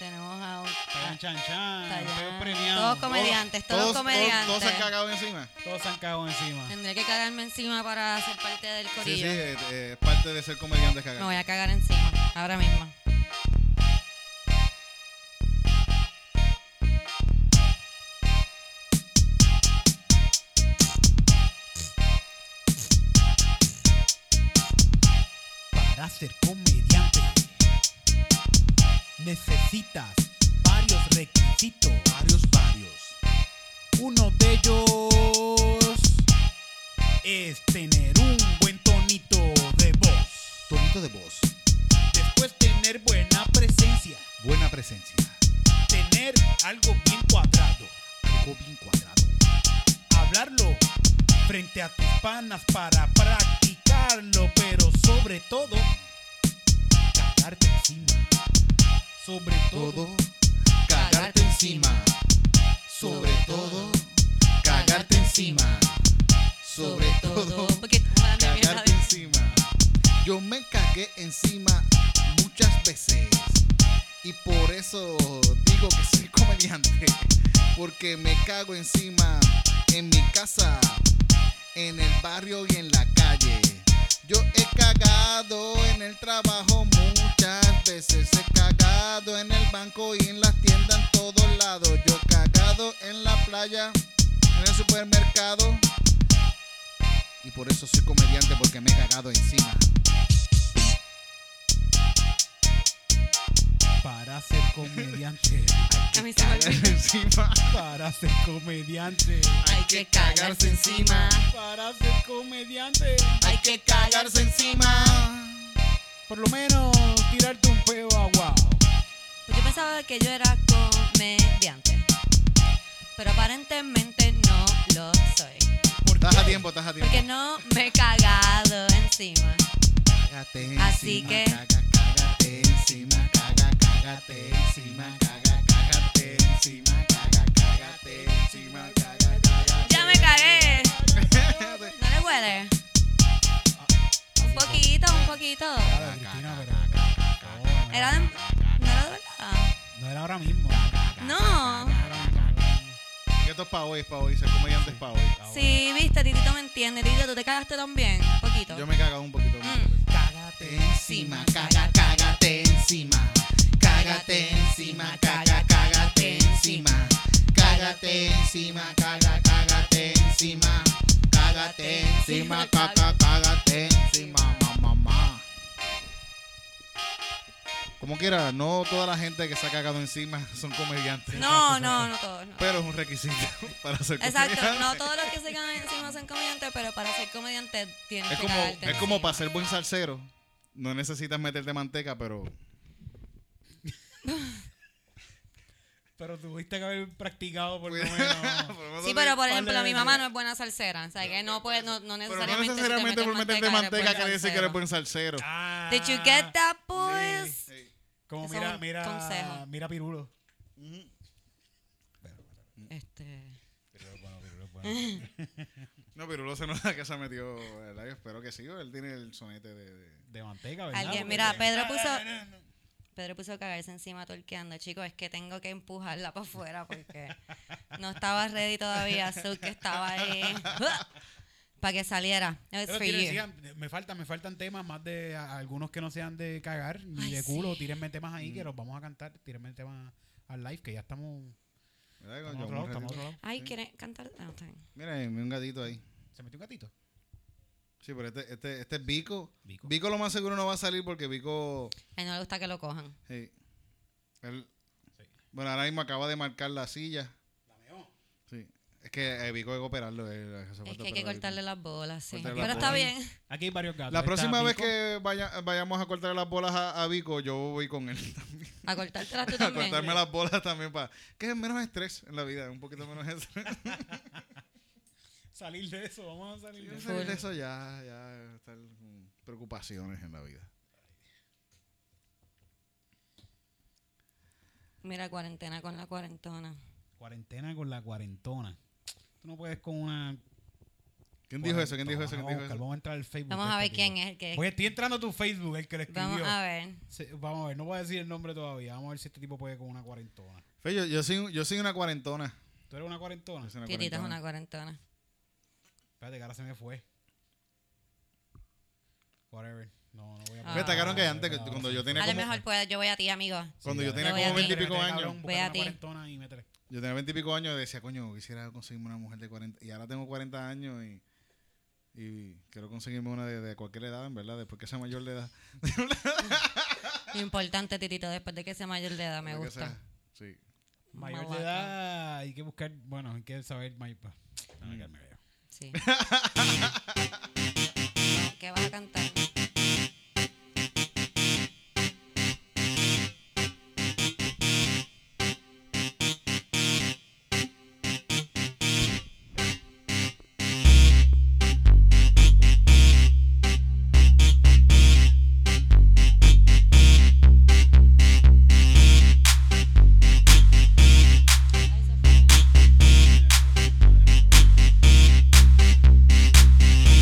[SPEAKER 3] tenemos a,
[SPEAKER 2] Chan,
[SPEAKER 3] a-
[SPEAKER 2] chan, chan.
[SPEAKER 3] Tallán.
[SPEAKER 2] Todos
[SPEAKER 3] Todos
[SPEAKER 2] premiados.
[SPEAKER 3] comediantes, todos, comediantes.
[SPEAKER 4] Todos, todos se han cagado encima.
[SPEAKER 2] Todos se han cagado encima.
[SPEAKER 3] Tendré que cagarme encima para ser parte del
[SPEAKER 4] Sí, sí,
[SPEAKER 3] corillo.
[SPEAKER 4] eh, eh, es parte de ser comediante es
[SPEAKER 3] Me
[SPEAKER 4] cagar.
[SPEAKER 3] voy a cagar encima, ahora mismo.
[SPEAKER 2] Para ser comediante necesitas varios requisitos. Varios, varios. Uno de ellos es tener un buen tonito de voz.
[SPEAKER 4] Tonito de voz,
[SPEAKER 2] Después tener buena presencia.
[SPEAKER 4] buena presencia,
[SPEAKER 2] Tener algo bien cuadrado.
[SPEAKER 4] algo bien cuadrado.
[SPEAKER 2] Hablarlo frente a tus panas para practicarlo, pero sobre todo, cagarte encima. Sobre todo,
[SPEAKER 4] Todo,
[SPEAKER 3] Cagarte
[SPEAKER 4] cagarte encima. Sobre todo, cagarte encima. Sobre todo,
[SPEAKER 3] Porque estamos hablando de mierda
[SPEAKER 4] cagarte
[SPEAKER 3] de-
[SPEAKER 4] encima. Yo me cagué encima muchas veces. Y por eso digo que soy comediante. Porque me cago encima en mi casa, en el barrio y en la calle. Yo he cagado en el trabajo muchas veces. He cagado en el banco y en las tiendas en todos lados. Yo he cagado en la playa, en el supermercado. Y por eso soy comediante porque me he cagado encima.
[SPEAKER 2] para ser *laughs* comediante.
[SPEAKER 3] A mí se me olvidó.
[SPEAKER 4] encima.
[SPEAKER 2] Para ser comediante.
[SPEAKER 3] Hay que cagarse encima.
[SPEAKER 2] Para ser comediante.
[SPEAKER 3] Hay que cagarse
[SPEAKER 4] encima.
[SPEAKER 2] Por lo menos tirarte un peo a wow.
[SPEAKER 3] Pues Yo pensaba que yo era comediante. Pero aparentemente no lo soy.
[SPEAKER 2] ¿Por
[SPEAKER 4] Estás a
[SPEAKER 2] qué?
[SPEAKER 4] tiempo, estás a tiempo.
[SPEAKER 3] Porque no me he cagado encima.
[SPEAKER 4] Cágate encima.
[SPEAKER 3] Así que-
[SPEAKER 4] Caga, cágate encima. Caga, cágate encima. Caga, cágate encima. Caga, cágate encima. Caga, cágate.
[SPEAKER 3] Ya me cagué. ¿No le huele? Un poquito, un poquito.
[SPEAKER 2] Era de Cristina, pero- Oh, no
[SPEAKER 3] Era de... No era de verdad.
[SPEAKER 2] No era ahora mismo.
[SPEAKER 3] No.
[SPEAKER 4] Que Esto es pa' hoy, es pa' hoy. Ser comediante es pa' hoy.
[SPEAKER 3] Sí, viste, Titito me entiende. Titito, tú te cagaste también. Un poquito.
[SPEAKER 4] Yo me he cagado un poquito.
[SPEAKER 3] Mm.
[SPEAKER 4] Cágate encima, caga, cágate encima. Cágate encima, caga, cágate encima. Cágate encima, caga, cágate encima. Cágate encima, caga, cágate encima, mamá.
[SPEAKER 1] Como quiera, no toda la gente que se ha cagado encima son comediantes.
[SPEAKER 3] No, no, no todos. no.
[SPEAKER 1] Pero es un
[SPEAKER 4] *laughs*
[SPEAKER 1] requisito para ser
[SPEAKER 3] Exacto,
[SPEAKER 1] comediante.
[SPEAKER 3] no todos los que se caen encima son comediantes, pero para ser comediante tienes
[SPEAKER 1] Es
[SPEAKER 3] que
[SPEAKER 1] como,
[SPEAKER 3] cagarte
[SPEAKER 1] es como
[SPEAKER 3] encima.
[SPEAKER 1] para ser buen salsero. No necesitas meterte manteca, *laughs* pero
[SPEAKER 2] Pero tuviste que haber practicado por lo *laughs*
[SPEAKER 1] Cuida-
[SPEAKER 2] menos.
[SPEAKER 1] por lo menos
[SPEAKER 3] Sí,
[SPEAKER 1] Ah, te-
[SPEAKER 3] pero por
[SPEAKER 2] Vale,
[SPEAKER 3] ejemplo, mi
[SPEAKER 2] vale.
[SPEAKER 3] mamá no es buena salsera, o sea que no puede, no, no
[SPEAKER 1] pero no
[SPEAKER 3] necesariamente. si te
[SPEAKER 1] necesariamente
[SPEAKER 3] metes
[SPEAKER 1] por meterte
[SPEAKER 3] eres
[SPEAKER 1] manteca
[SPEAKER 3] buen
[SPEAKER 1] quiere decir que
[SPEAKER 3] salsero.
[SPEAKER 1] eres buen salsero.
[SPEAKER 2] Ah,
[SPEAKER 3] Did you get that, boys?
[SPEAKER 2] sí. Como
[SPEAKER 3] Eso es
[SPEAKER 2] mira,
[SPEAKER 3] un
[SPEAKER 2] mira,
[SPEAKER 3] consejo.
[SPEAKER 2] mira Pirulo.
[SPEAKER 3] Este.
[SPEAKER 1] No, Pirulo se nota que se metió el labio. Espero que sí, o él tiene el sonete de... de-
[SPEAKER 2] De manteca, ¿verdad?
[SPEAKER 3] Alguien,
[SPEAKER 2] Porque-
[SPEAKER 3] mira, Pedro puso. Pedro puso cagarse encima torqueando. Chicos, es que tengo que empujarla para afuera porque no estaba ready todavía. Azul que estaba ahí. *laughs* para que saliera. No, it's
[SPEAKER 2] Pero
[SPEAKER 3] for
[SPEAKER 2] quiero
[SPEAKER 3] you.
[SPEAKER 2] decir, am- me faltan, me faltan temas más de a- algunos que no sean de cagar ni
[SPEAKER 3] Ay,
[SPEAKER 2] de
[SPEAKER 3] sí.
[SPEAKER 2] culo. Tírenme temas ahí que los vamos a cantar. Tírenme temas al live que ya estamos.
[SPEAKER 1] ¿verdad?
[SPEAKER 2] estamos a
[SPEAKER 1] Yo-
[SPEAKER 2] otro lado,
[SPEAKER 1] un
[SPEAKER 2] estamos a
[SPEAKER 1] gatito.
[SPEAKER 2] otro lado.
[SPEAKER 3] Ay, ¿quieren cantar? Ah, está bien.
[SPEAKER 1] Mira, hay un gatito ahí.
[SPEAKER 2] ¿Se metió un gatito?
[SPEAKER 1] Sí, pero este, este, este es Vico.
[SPEAKER 2] Vico.
[SPEAKER 1] Vico. lo más seguro no va a salir porque Vico...
[SPEAKER 3] A él no le gusta que lo cojan.
[SPEAKER 1] sí. Él-
[SPEAKER 2] Sí.
[SPEAKER 1] Bueno, ahora mismo acaba de marcar la silla. Sí. Es que eh, Vico hay que operarlo. eh, hace
[SPEAKER 3] Es
[SPEAKER 1] falta
[SPEAKER 3] que hay que
[SPEAKER 1] operarlo.
[SPEAKER 3] cortarle las bolas, sí.
[SPEAKER 1] Cortarle las
[SPEAKER 3] Pero está
[SPEAKER 1] bolas.
[SPEAKER 3] bien.
[SPEAKER 2] Aquí hay varios gatos.
[SPEAKER 1] La
[SPEAKER 2] Está
[SPEAKER 1] próxima vez
[SPEAKER 2] Pico.
[SPEAKER 1] que vaya- vayamos a cortar las bolas a, a Vico, yo voy con él también.
[SPEAKER 3] A cortártelas
[SPEAKER 1] *laughs*
[SPEAKER 3] tú
[SPEAKER 1] A
[SPEAKER 3] también.
[SPEAKER 1] cortarme las bolas también para... Que es menos estrés en la vida, un poquito menos estrés.
[SPEAKER 2] Salir de eso, vamos a salir de
[SPEAKER 1] Yo
[SPEAKER 2] eso.
[SPEAKER 1] salir
[SPEAKER 3] Full.
[SPEAKER 1] de eso ya, ya estar con preocupaciones en la vida.
[SPEAKER 3] Mira, cuarentena con la cuarentona.
[SPEAKER 2] Cuarentena con la cuarentona. Tú no puedes con una.
[SPEAKER 1] ¿Quién dijo eso? ¿Quién dijo eso? ¿Quién
[SPEAKER 2] Vamos a buscar,
[SPEAKER 1] dijo eso?
[SPEAKER 2] Vamos a entrar al Facebook.
[SPEAKER 3] Vamos
[SPEAKER 2] de
[SPEAKER 3] a ver
[SPEAKER 2] este
[SPEAKER 3] quién
[SPEAKER 2] tipo.
[SPEAKER 3] es el que.
[SPEAKER 2] Oye, estoy entrando a tu Facebook, el que le escribió.
[SPEAKER 3] Vamos a ver.
[SPEAKER 2] Sí, vamos a ver, no voy a decir el nombre todavía. Vamos a ver si este tipo puede con una cuarentona.
[SPEAKER 1] Fe, yo, yo soy, yo soy una cuarentona.
[SPEAKER 2] ¿Tú eres una cuarentona?
[SPEAKER 1] Yo soy una
[SPEAKER 3] Titita es
[SPEAKER 1] cuarentona.
[SPEAKER 3] una cuarentona.
[SPEAKER 2] Espérate, que ahora se me fue. Whatever. No, no voy a.
[SPEAKER 3] Ah.
[SPEAKER 1] Fíjate, cabrón, que antes, que
[SPEAKER 2] No,
[SPEAKER 1] cuando
[SPEAKER 2] se
[SPEAKER 1] yo
[SPEAKER 2] me
[SPEAKER 1] tenía
[SPEAKER 3] A lo
[SPEAKER 1] como-
[SPEAKER 3] mejor pueda, yo voy a ti, amigo.
[SPEAKER 2] fue.
[SPEAKER 1] Cuando
[SPEAKER 2] Sí,
[SPEAKER 1] yo
[SPEAKER 2] dale.
[SPEAKER 1] tenía
[SPEAKER 3] Voy a
[SPEAKER 1] como
[SPEAKER 3] ti.
[SPEAKER 1] veintipico
[SPEAKER 2] Métele,
[SPEAKER 1] años,
[SPEAKER 2] cabrón,
[SPEAKER 3] Voy
[SPEAKER 2] búscate
[SPEAKER 3] a
[SPEAKER 2] una
[SPEAKER 3] ti.
[SPEAKER 2] cuarentona y métele.
[SPEAKER 1] yo tenía veintipico años y decía, coño, quisiera conseguirme una mujer de 40. Y ahora tengo 40 años y, y quiero conseguirme una de, de cualquier edad, en verdad, después que sea mayor de edad.
[SPEAKER 3] Importante, Titito, después de que sea mayor de edad, me
[SPEAKER 1] Porque
[SPEAKER 3] gusta.
[SPEAKER 1] sea- Sí.
[SPEAKER 2] Mayor de
[SPEAKER 3] Malaca.
[SPEAKER 2] edad, hay que buscar. Bueno, hay que saber. may- pa- No,
[SPEAKER 1] Mm.
[SPEAKER 2] me calme, veo. *laughs*
[SPEAKER 3] Sí. ¿Qué vas a cantar? Ay,
[SPEAKER 2] Oh,
[SPEAKER 3] se fue. Oh. *laughs*
[SPEAKER 4] Oh,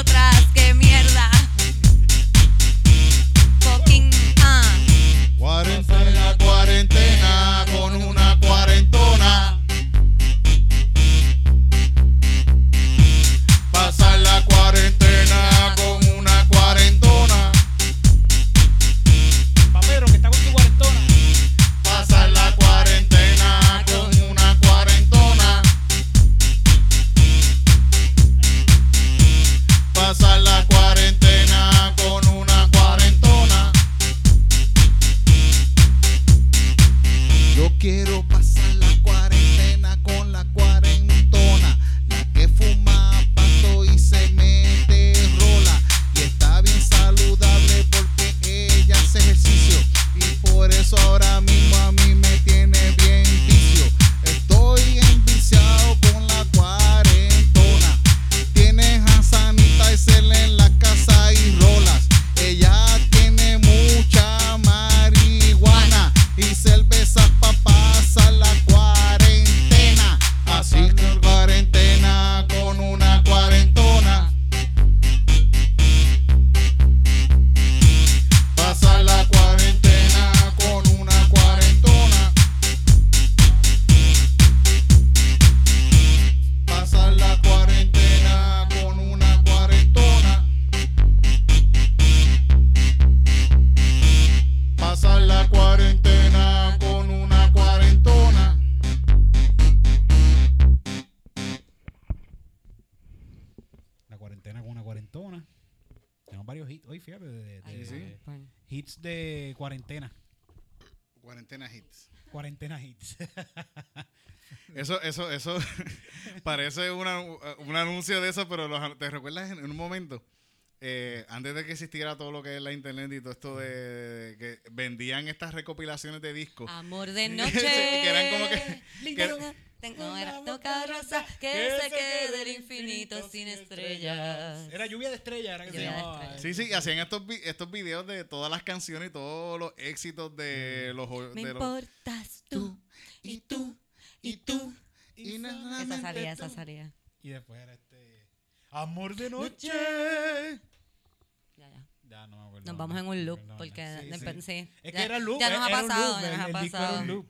[SPEAKER 3] uh.
[SPEAKER 1] Quiero pasar la cuarentena con la cuarentona, la que fuma pasto y se mete rola. Y está bien saludable porque ella hace ejercicio. Y por eso ahora mismo a mí me tiene bien vicio. Estoy enviciado con la cuarentona. Tienes a Sanita y Cel en la casa y rolas. Ella tiene mucha marihuana y cervezas para pasar la cuarentena. Así que cuarentena con una cuarentona. Pasar la cuarentena con una cuarentona. Pasar la cuarentena con una cuarentona. Pasar la cuarentena con una cuarentona.
[SPEAKER 2] La cuarentena con una cuarentona. Tenemos varios hits hoy, fíjate. De, de-
[SPEAKER 3] Ay,
[SPEAKER 2] de-
[SPEAKER 3] Juan, Juan.
[SPEAKER 2] Hits de cuarentena.
[SPEAKER 1] Cuarentena hits.
[SPEAKER 2] Cuarentena
[SPEAKER 1] *laughs*
[SPEAKER 2] hits.
[SPEAKER 1] Eh. Eso, eso, eso *laughs* parece una- un anuncio de eso, pero los- te recuerdas en, en un momento, Eh, antes de que existiera todo lo que es la internet y todo esto de que vendían estas recopilaciones de discos.
[SPEAKER 3] Amor *laughs* de
[SPEAKER 1] Sí,
[SPEAKER 3] noche.
[SPEAKER 1] que eran como que-
[SPEAKER 3] Linda
[SPEAKER 1] que-
[SPEAKER 3] luna, tengo una toca rosa que se quede del infinito sin estrellas.
[SPEAKER 2] Era lluvia de estrellas, era que se
[SPEAKER 3] Lluvia de
[SPEAKER 2] llamaba.
[SPEAKER 3] estrellas.
[SPEAKER 1] Sí, sí, hacían estos, vi- estos videos de todas las canciones y todos los éxitos de
[SPEAKER 2] Mm.
[SPEAKER 1] los... jo-
[SPEAKER 3] Me
[SPEAKER 1] de los
[SPEAKER 3] importas tú y tú y tú.
[SPEAKER 1] y
[SPEAKER 3] Esa salía, esa
[SPEAKER 1] tú.
[SPEAKER 3] salía.
[SPEAKER 2] Y después era este. Amor de noche.
[SPEAKER 3] Ya, ya.
[SPEAKER 2] Ya no me acuerdo.
[SPEAKER 3] Nos vamos en un loop
[SPEAKER 2] Perdona.
[SPEAKER 3] porque
[SPEAKER 2] Sí,
[SPEAKER 3] de-
[SPEAKER 2] sí.
[SPEAKER 3] pen- sí.
[SPEAKER 2] Es
[SPEAKER 3] Ya-
[SPEAKER 2] que era loop. eh,
[SPEAKER 3] Ya nos ha
[SPEAKER 2] era un
[SPEAKER 3] pasado,
[SPEAKER 2] loop,
[SPEAKER 3] ya
[SPEAKER 2] el-
[SPEAKER 3] nos ha
[SPEAKER 2] el disco era un
[SPEAKER 3] pasado.
[SPEAKER 2] loop.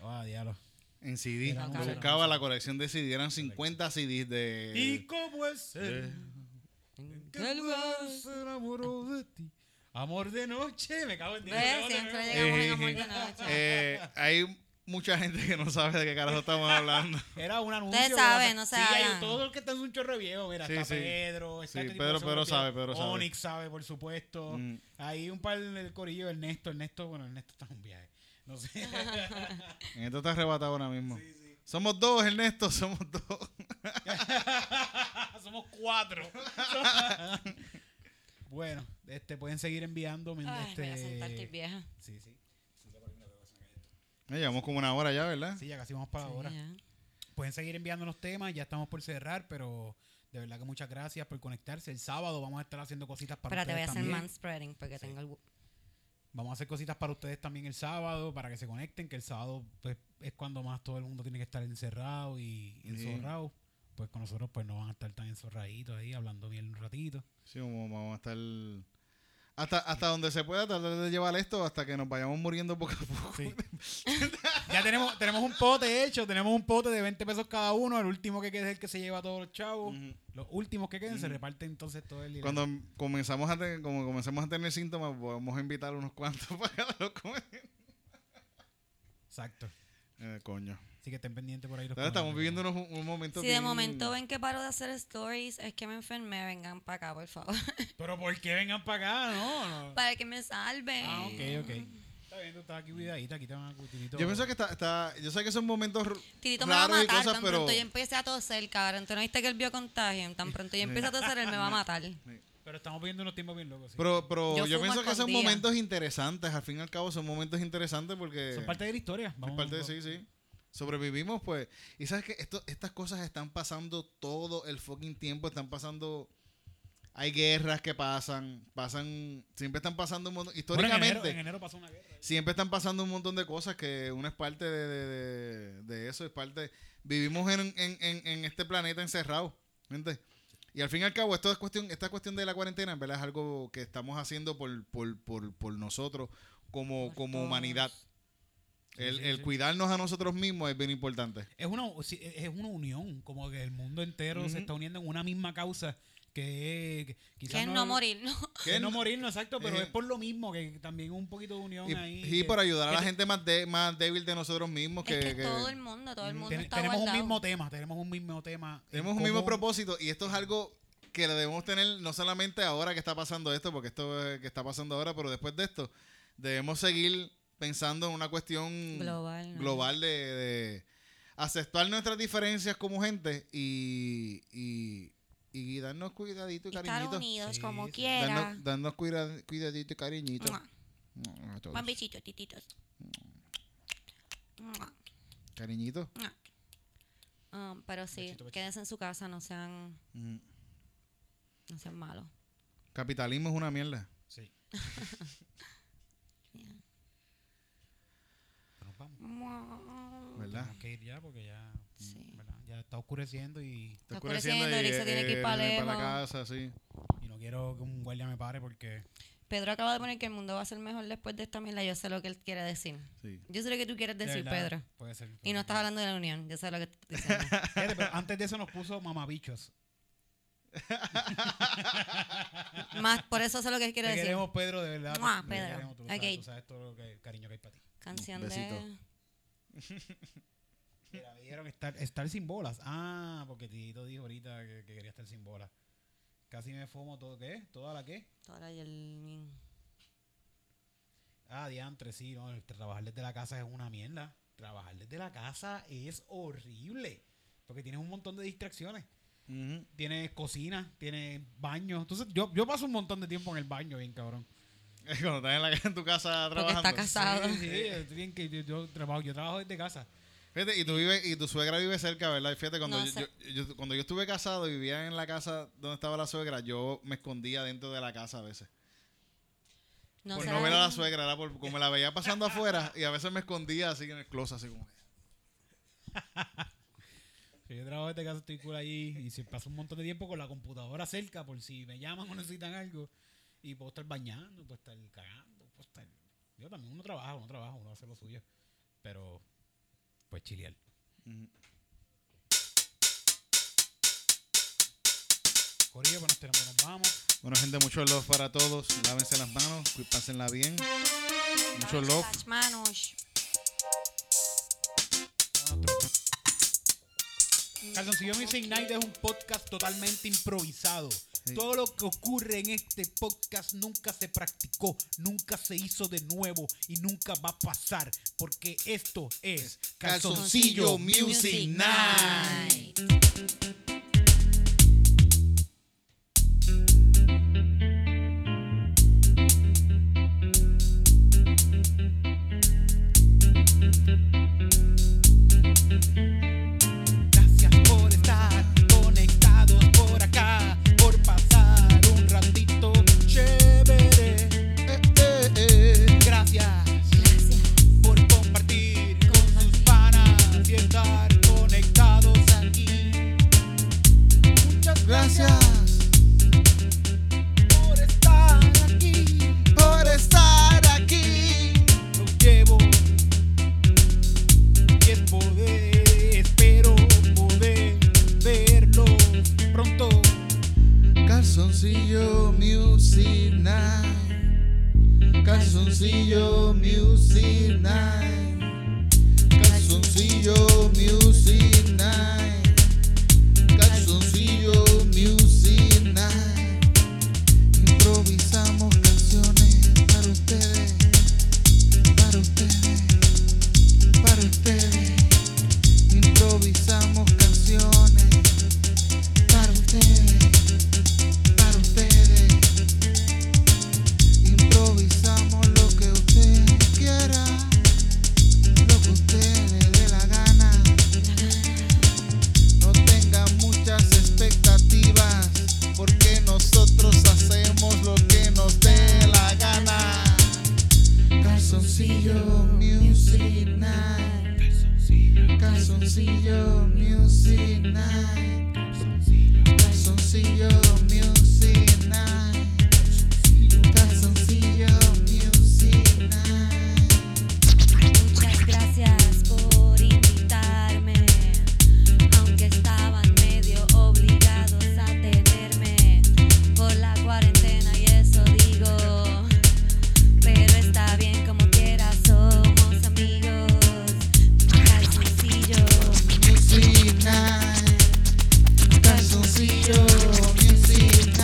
[SPEAKER 2] Ah, diablo.
[SPEAKER 1] En CD.
[SPEAKER 2] Era
[SPEAKER 1] Yo
[SPEAKER 3] una-
[SPEAKER 1] buscaba la colección de CD. Eran 50 CDs de...
[SPEAKER 2] ¿Y eh. cómo es
[SPEAKER 1] Eh.
[SPEAKER 2] el
[SPEAKER 3] Del
[SPEAKER 2] lugar
[SPEAKER 3] bus.
[SPEAKER 2] se enamoró de ti? Amor de noche, me cago en Dios.
[SPEAKER 3] Ve,
[SPEAKER 2] no,
[SPEAKER 3] siempre
[SPEAKER 2] no, no.
[SPEAKER 3] llegamos
[SPEAKER 1] Eh,
[SPEAKER 3] en amor de noche.
[SPEAKER 1] Eh, hay mucha gente que no sabe de qué carajo estamos hablando.
[SPEAKER 2] Era un anuncio.
[SPEAKER 3] Ustedes
[SPEAKER 2] ¿verdad?
[SPEAKER 3] saben, no
[SPEAKER 2] Sí,
[SPEAKER 3] saben.
[SPEAKER 2] hay todos los que están en un chorro viejo. Mira,
[SPEAKER 1] Sí,
[SPEAKER 2] está
[SPEAKER 1] sí.
[SPEAKER 2] Pedro. Está
[SPEAKER 1] Sí,
[SPEAKER 2] este tipo de
[SPEAKER 1] Pedro-
[SPEAKER 2] hombres
[SPEAKER 1] Pedro sabe,
[SPEAKER 2] viejos.
[SPEAKER 1] Pedro sabe.
[SPEAKER 2] Onyx sabe, por supuesto.
[SPEAKER 1] Mm.
[SPEAKER 2] Hay un par del corillo, Ernesto. Ernesto, bueno, Ernesto está en un viaje. No
[SPEAKER 3] *laughs*
[SPEAKER 2] sé.
[SPEAKER 1] Ernesto está arrebatado ahora mismo. Somos dos, Ernesto, *laughs* somos dos.
[SPEAKER 2] *laughs* Somos cuatro. bueno, este, pueden seguir enviando. men,
[SPEAKER 3] Ay,
[SPEAKER 2] este,
[SPEAKER 3] me voy a sentar, estoy vieja.
[SPEAKER 2] Sí, sí.
[SPEAKER 1] Eh, llevamos como una hora ya, ¿verdad?
[SPEAKER 2] Sí, ya casi vamos para
[SPEAKER 3] Sí,
[SPEAKER 2] ahora.
[SPEAKER 3] ya.
[SPEAKER 2] Pueden seguir enviándonos temas, ya estamos por cerrar, pero de verdad que muchas gracias por conectarse. El sábado vamos a estar haciendo cositas para
[SPEAKER 3] Espérate, voy a
[SPEAKER 2] ustedes
[SPEAKER 3] hacer
[SPEAKER 2] también.
[SPEAKER 3] manspreading porque tengo el...
[SPEAKER 2] Vamos a hacer cositas para ustedes también el sábado, para que se conecten, que el sábado pues, es cuando más todo el mundo tiene que estar encerrado y y
[SPEAKER 1] Sí.
[SPEAKER 2] enzorrado. Pues con nosotros pues no van a estar tan enzorraditos ahí, hablando bien un ratito.
[SPEAKER 1] Sí, vamos vamos a estar... Hasta, hasta donde se pueda tratar de llevar esto hasta que nos vayamos muriendo poco a poco.
[SPEAKER 2] Sí. ya tenemos, tenemos un pote hecho, tenemos un pote de 20 pesos cada uno. El último que quede es el que se lleva a todos los chavos.
[SPEAKER 1] Ujú.
[SPEAKER 2] Los últimos que queden se
[SPEAKER 1] Ujú.
[SPEAKER 2] reparten entonces todo el dinero.
[SPEAKER 1] Mm. Cuando comenzamos a tener, como comencemos a tener síntomas, podemos invitar unos cuantos *laughs* para que los coman.
[SPEAKER 2] Exacto.
[SPEAKER 1] Eh, coño.
[SPEAKER 2] Así que estén pendientes por ahí. los
[SPEAKER 1] Ahora estamos
[SPEAKER 2] comentarios.
[SPEAKER 1] viviendo unos, un momento
[SPEAKER 3] Si de
[SPEAKER 1] bien-
[SPEAKER 3] momento ven que paro de hacer stories, es que me enfermé, vengan para acá, por favor.
[SPEAKER 2] Pero ¿por qué vengan para acá? Ah, No, no.
[SPEAKER 3] para que me salven.
[SPEAKER 2] Ah, ok, ok. Está bien, tú estás aquí cuidadita, aquí te van a cuidadito.
[SPEAKER 1] Yo pienso que está, está... Yo sé que son momentos r-
[SPEAKER 3] Tirito me va a
[SPEAKER 1] raros y
[SPEAKER 3] matar,
[SPEAKER 1] cosas,
[SPEAKER 3] tan
[SPEAKER 1] pero...
[SPEAKER 3] pronto yo em- empiece a toser, cabrón. Tú no viste que él vio contagio, tan pronto
[SPEAKER 2] *laughs*
[SPEAKER 3] yo empiece a toser, él me va a matar.
[SPEAKER 2] Pero estamos viviendo unos tiempos bien locos. sí.
[SPEAKER 1] Pero, pero
[SPEAKER 3] Yo
[SPEAKER 1] yo,
[SPEAKER 3] fumo
[SPEAKER 1] pienso que son
[SPEAKER 3] escondida.
[SPEAKER 1] momentos interesantes, al fin y al cabo son momentos interesantes porque...
[SPEAKER 2] Son parte de la historia.
[SPEAKER 1] es
[SPEAKER 2] Vamos,
[SPEAKER 1] parte de- sí, sí. Sobrevivimos, pues. Y sabes que esto, estas cosas están pasando todo el fucking tiempo, están pasando... Hay guerras que pasan, pasan, siempre están pasando un montón,
[SPEAKER 2] Bueno, en enero-
[SPEAKER 1] históricamente,
[SPEAKER 2] en, enero, pasó una guerra.
[SPEAKER 1] siempre están pasando un montón de cosas que una es parte de, de- de- de eso, es parte, vivimos en, en- en- en este planeta encerrado, ¿entiendes? Y al fin y al cabo, esto es cuestión, esta cuestión de la cuarentena, en verdad, es algo que estamos haciendo por, por, por, por nosotros como,
[SPEAKER 3] Por
[SPEAKER 1] como
[SPEAKER 3] todos.
[SPEAKER 1] humanidad. El,
[SPEAKER 2] sí,
[SPEAKER 1] el
[SPEAKER 2] sí.
[SPEAKER 1] cuidarnos a nosotros mismos es bien importante.
[SPEAKER 2] Es una, sí, es una unión, como que el mundo entero se
[SPEAKER 1] Ujú.
[SPEAKER 2] está uniendo en una misma causa que, que quizás
[SPEAKER 3] Que es no morir, ¿no? *laughs*
[SPEAKER 2] Que no morirnos, exacto, pero
[SPEAKER 1] Eh.
[SPEAKER 2] es por lo mismo, que también un poquito de unión
[SPEAKER 1] Y,
[SPEAKER 2] ahí.
[SPEAKER 1] y
[SPEAKER 2] que-
[SPEAKER 1] por ayudar a
[SPEAKER 2] que
[SPEAKER 1] la
[SPEAKER 2] te-
[SPEAKER 1] gente más, de, más débil de nosotros mismos. Que,
[SPEAKER 3] es que es
[SPEAKER 1] que-
[SPEAKER 3] todo el mundo, todo el mundo
[SPEAKER 2] ten-
[SPEAKER 3] está
[SPEAKER 2] tenemos
[SPEAKER 3] guardado.
[SPEAKER 2] un mismo tema, tenemos un mismo tema. en
[SPEAKER 1] Tenemos un mismo
[SPEAKER 2] común.
[SPEAKER 1] propósito y esto es algo que lo debemos tener no
[SPEAKER 4] eh,
[SPEAKER 1] solamente ahora que está pasando esto, porque esto es que está pasando ahora, pero después de esto, debemos seguir
[SPEAKER 4] pensando en una cuestión
[SPEAKER 3] Global, ¿no?
[SPEAKER 4] global de, de aceptar nuestras diferencias como gente y, y, y darnos cuidadito y
[SPEAKER 3] Estar
[SPEAKER 4] cariñito.
[SPEAKER 3] unidos
[SPEAKER 2] Sí,
[SPEAKER 3] como
[SPEAKER 2] sí.
[SPEAKER 3] quiera.
[SPEAKER 4] Darnos, darnos cuida- cuidadito y cariñito.
[SPEAKER 3] Mua.
[SPEAKER 4] Mua, a todos.
[SPEAKER 3] Buen besito, tititos. Mua,
[SPEAKER 4] Cariñito.
[SPEAKER 3] mua. Um, pero sí,
[SPEAKER 2] Bechito, bechito.
[SPEAKER 3] quédense en su casa, no sean,
[SPEAKER 4] Mm.
[SPEAKER 3] no sean malos.
[SPEAKER 4] Capitalismo es una mierda.
[SPEAKER 2] Sí.
[SPEAKER 3] Yeah.
[SPEAKER 2] Pero nos vamos.
[SPEAKER 3] Mua.
[SPEAKER 4] ¿Verdad?
[SPEAKER 2] Tenemos que ir ya porque ya,
[SPEAKER 3] Sí.
[SPEAKER 2] ¿verdad? ya está oscureciendo y,
[SPEAKER 3] Está oscureciendo, Eric se tiene que ir
[SPEAKER 4] eh,
[SPEAKER 3] pa'
[SPEAKER 4] viene la
[SPEAKER 3] Lemo.
[SPEAKER 4] casa, sí.
[SPEAKER 2] y no quiero que un guardia me pare porque
[SPEAKER 3] Pedro acaba de poner que el mundo va a ser mejor después de esta mierda. Yo sé lo que él quiere decir.
[SPEAKER 4] sí.
[SPEAKER 3] Yo sé lo que tú quieres
[SPEAKER 2] de
[SPEAKER 3] decir,
[SPEAKER 2] verdad,
[SPEAKER 3] Pedro.
[SPEAKER 2] Puede ser.
[SPEAKER 3] Y no estás hablando de la unión. Yo sé lo que estás diciendo.
[SPEAKER 2] *laughs* Fíjate, pero antes de eso nos puso
[SPEAKER 3] *laughs*
[SPEAKER 2] mamabichos.
[SPEAKER 3] Más, por eso sé lo que él
[SPEAKER 2] Te
[SPEAKER 3] quiere decir.
[SPEAKER 2] queremos, Pedro, de verdad.
[SPEAKER 3] Mua,
[SPEAKER 2] te
[SPEAKER 3] Pedro.
[SPEAKER 2] queremos, tú, lo sabes,
[SPEAKER 3] Ok.
[SPEAKER 2] tú sabes todo lo que cariño que hay para ti.
[SPEAKER 3] Canción de...
[SPEAKER 4] Besito.
[SPEAKER 2] Mira, vieron estar, estar sin bolas. Ah, porque Tito dijo ahorita que, que quería estar sin bolas. Casi me fumo todo, ¿qué? ¿Toda la qué?
[SPEAKER 3] Ahora y el...
[SPEAKER 2] Ah, diantre, sí, no, el trabajar desde la casa es una mierda. Trabajar desde la casa es horrible. Porque tienes un montón de distracciones.
[SPEAKER 4] Ujú.
[SPEAKER 2] Tienes cocina, tienes baño. Entonces, yo, yo paso un montón de tiempo en el baño, bien cabrón.
[SPEAKER 4] Es *laughs* Cuando estás en, la, en tu casa
[SPEAKER 3] Porque
[SPEAKER 4] trabajando.
[SPEAKER 3] está casado.
[SPEAKER 2] Sí, sí,
[SPEAKER 3] *laughs*
[SPEAKER 2] yo, bien que yo, yo trabajo, yo trabajo desde casa.
[SPEAKER 4] Fíjate, y, tú vives, y tu suegra vive cerca, ¿verdad? Y Fíjate, cuando,
[SPEAKER 3] No
[SPEAKER 4] yo,
[SPEAKER 3] sé.
[SPEAKER 4] yo- yo- cuando yo estuve casado y vivía en la casa donde estaba la suegra, yo me escondía dentro de la casa a veces. por
[SPEAKER 3] será
[SPEAKER 4] no ver a la
[SPEAKER 3] algo-
[SPEAKER 4] suegra, era por, como la veía pasando afuera y a veces me escondía así en el closet, así como...
[SPEAKER 2] Si yo trabajo desde casa, estoy cool ahí y se pasa un montón de tiempo con la computadora cerca por si me llaman o necesitan algo. Y puedo estar bañando, puedo estar cagando, puedo estar... Yo también, uno trabaja, uno trabaja, uno hace lo suyo. Pero, pues chilear. Corillo, pues nos tenemos, nos vamos.
[SPEAKER 4] Bueno, gente, mucho love para todos. Lávense las manos, cu- pásenla bien. Mucho
[SPEAKER 3] Ay,
[SPEAKER 4] love.
[SPEAKER 3] las manos.
[SPEAKER 2] Calzoncillo Music Night es un podcast totalmente improvisado.
[SPEAKER 4] Sí.
[SPEAKER 2] Todo lo que ocurre en este podcast nunca se practicó, nunca se hizo de nuevo y nunca va a pasar, porque esto es Calzoncillo,
[SPEAKER 4] Calzoncillo Music Night.
[SPEAKER 2] Gracias por estar conectados por acá, por pasar un ratito chévere. Eh, Gracias
[SPEAKER 3] Gracias.
[SPEAKER 2] por compartir con sus panas y estar conectados aquí. Muchas
[SPEAKER 4] Gracias
[SPEAKER 2] por estar aquí.
[SPEAKER 4] por estar aquí.
[SPEAKER 2] Los llevo y es poder, espero poder verlos pronto.
[SPEAKER 4] Calzoncillo Music Night. Calzoncillo Music Night. Calzoncillo Music Night. Calzoncillo Music Night. Improvisamos canciones para ustedes. Para ustedes. Para ustedes. Improvisamos canciones para ustedes para ustedes. Improvisamos lo que usted quiera, lo que usted le dé la gana. No tengan muchas expectativas, porque nosotros hacemos lo que nos dé la gana. Calzoncillo Music Night. Calzoncillo Music Night. Calzoncillo Music Night. Calzoncillo Music Night.
[SPEAKER 3] Muchas gracias por invitarme, aunque estaban medio obligados a tenerme por la cuarentena y eso digo, pero está bien como quiera, somos amigos, calzoncillo,
[SPEAKER 4] Music Night. Calzoncillo Music Night.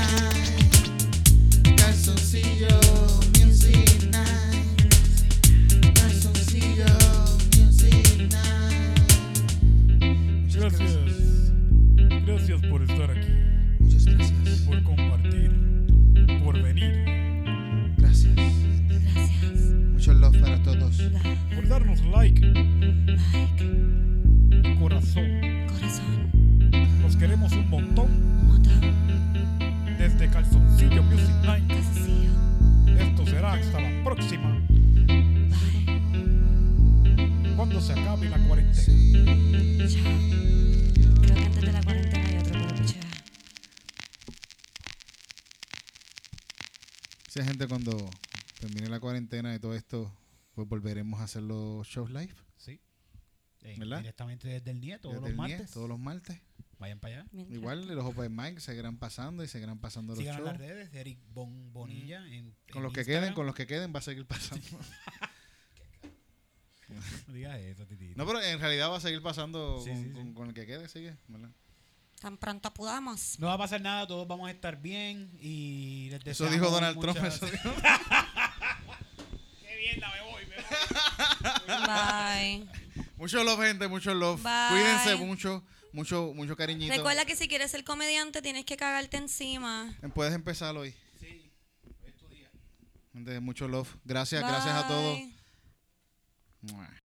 [SPEAKER 2] cuando se acabe la cuarentena.
[SPEAKER 3] Chao. Creo que antes de la cuarentena hay otro por
[SPEAKER 1] Sí, gente, cuando termine la cuarentena y todo esto, pues volveremos a hacer los shows live.
[SPEAKER 2] Sí. Eh,
[SPEAKER 1] ¿Verdad?
[SPEAKER 2] directamente desde el NIE todos
[SPEAKER 1] desde
[SPEAKER 2] los
[SPEAKER 1] el NIE,
[SPEAKER 2] martes.
[SPEAKER 1] todos los martes.
[SPEAKER 2] Vayan para allá.
[SPEAKER 1] Igual los open mic seguirán pasando y seguirán pasando los
[SPEAKER 2] Sigan
[SPEAKER 1] shows. Mm.
[SPEAKER 2] las redes de Eric Bon Bonilla. En,
[SPEAKER 1] Con los que queden, con los que queden va a seguir pasando.
[SPEAKER 2] No digas eso, titito.
[SPEAKER 1] no, pero en realidad va a seguir pasando
[SPEAKER 2] Sí,
[SPEAKER 1] con,
[SPEAKER 2] sí, sí.
[SPEAKER 1] con- con el que quede, sigue. ¿verdad?
[SPEAKER 3] Tan pronto podamos.
[SPEAKER 2] *laughs* No va a pasar nada, todos vamos a estar bien y les
[SPEAKER 1] Eso
[SPEAKER 2] deseamos
[SPEAKER 1] dijo Donald
[SPEAKER 2] muchas-
[SPEAKER 1] Trump. eso dijo.
[SPEAKER 2] Qué bien, la me voy, me voy.
[SPEAKER 3] Bye.
[SPEAKER 1] mucho love, gente, mucho love.
[SPEAKER 3] Bye.
[SPEAKER 1] Cuídense mucho, mucho, mucho cariñito.
[SPEAKER 3] Recuerda que si quieres ser comediante tienes que cagarte encima.
[SPEAKER 1] Puedes empezar hoy.
[SPEAKER 2] Sí, es tu día.
[SPEAKER 1] Gente, mucho love. Gracias, gracias a todos.
[SPEAKER 3] Bye.
[SPEAKER 1] Mua.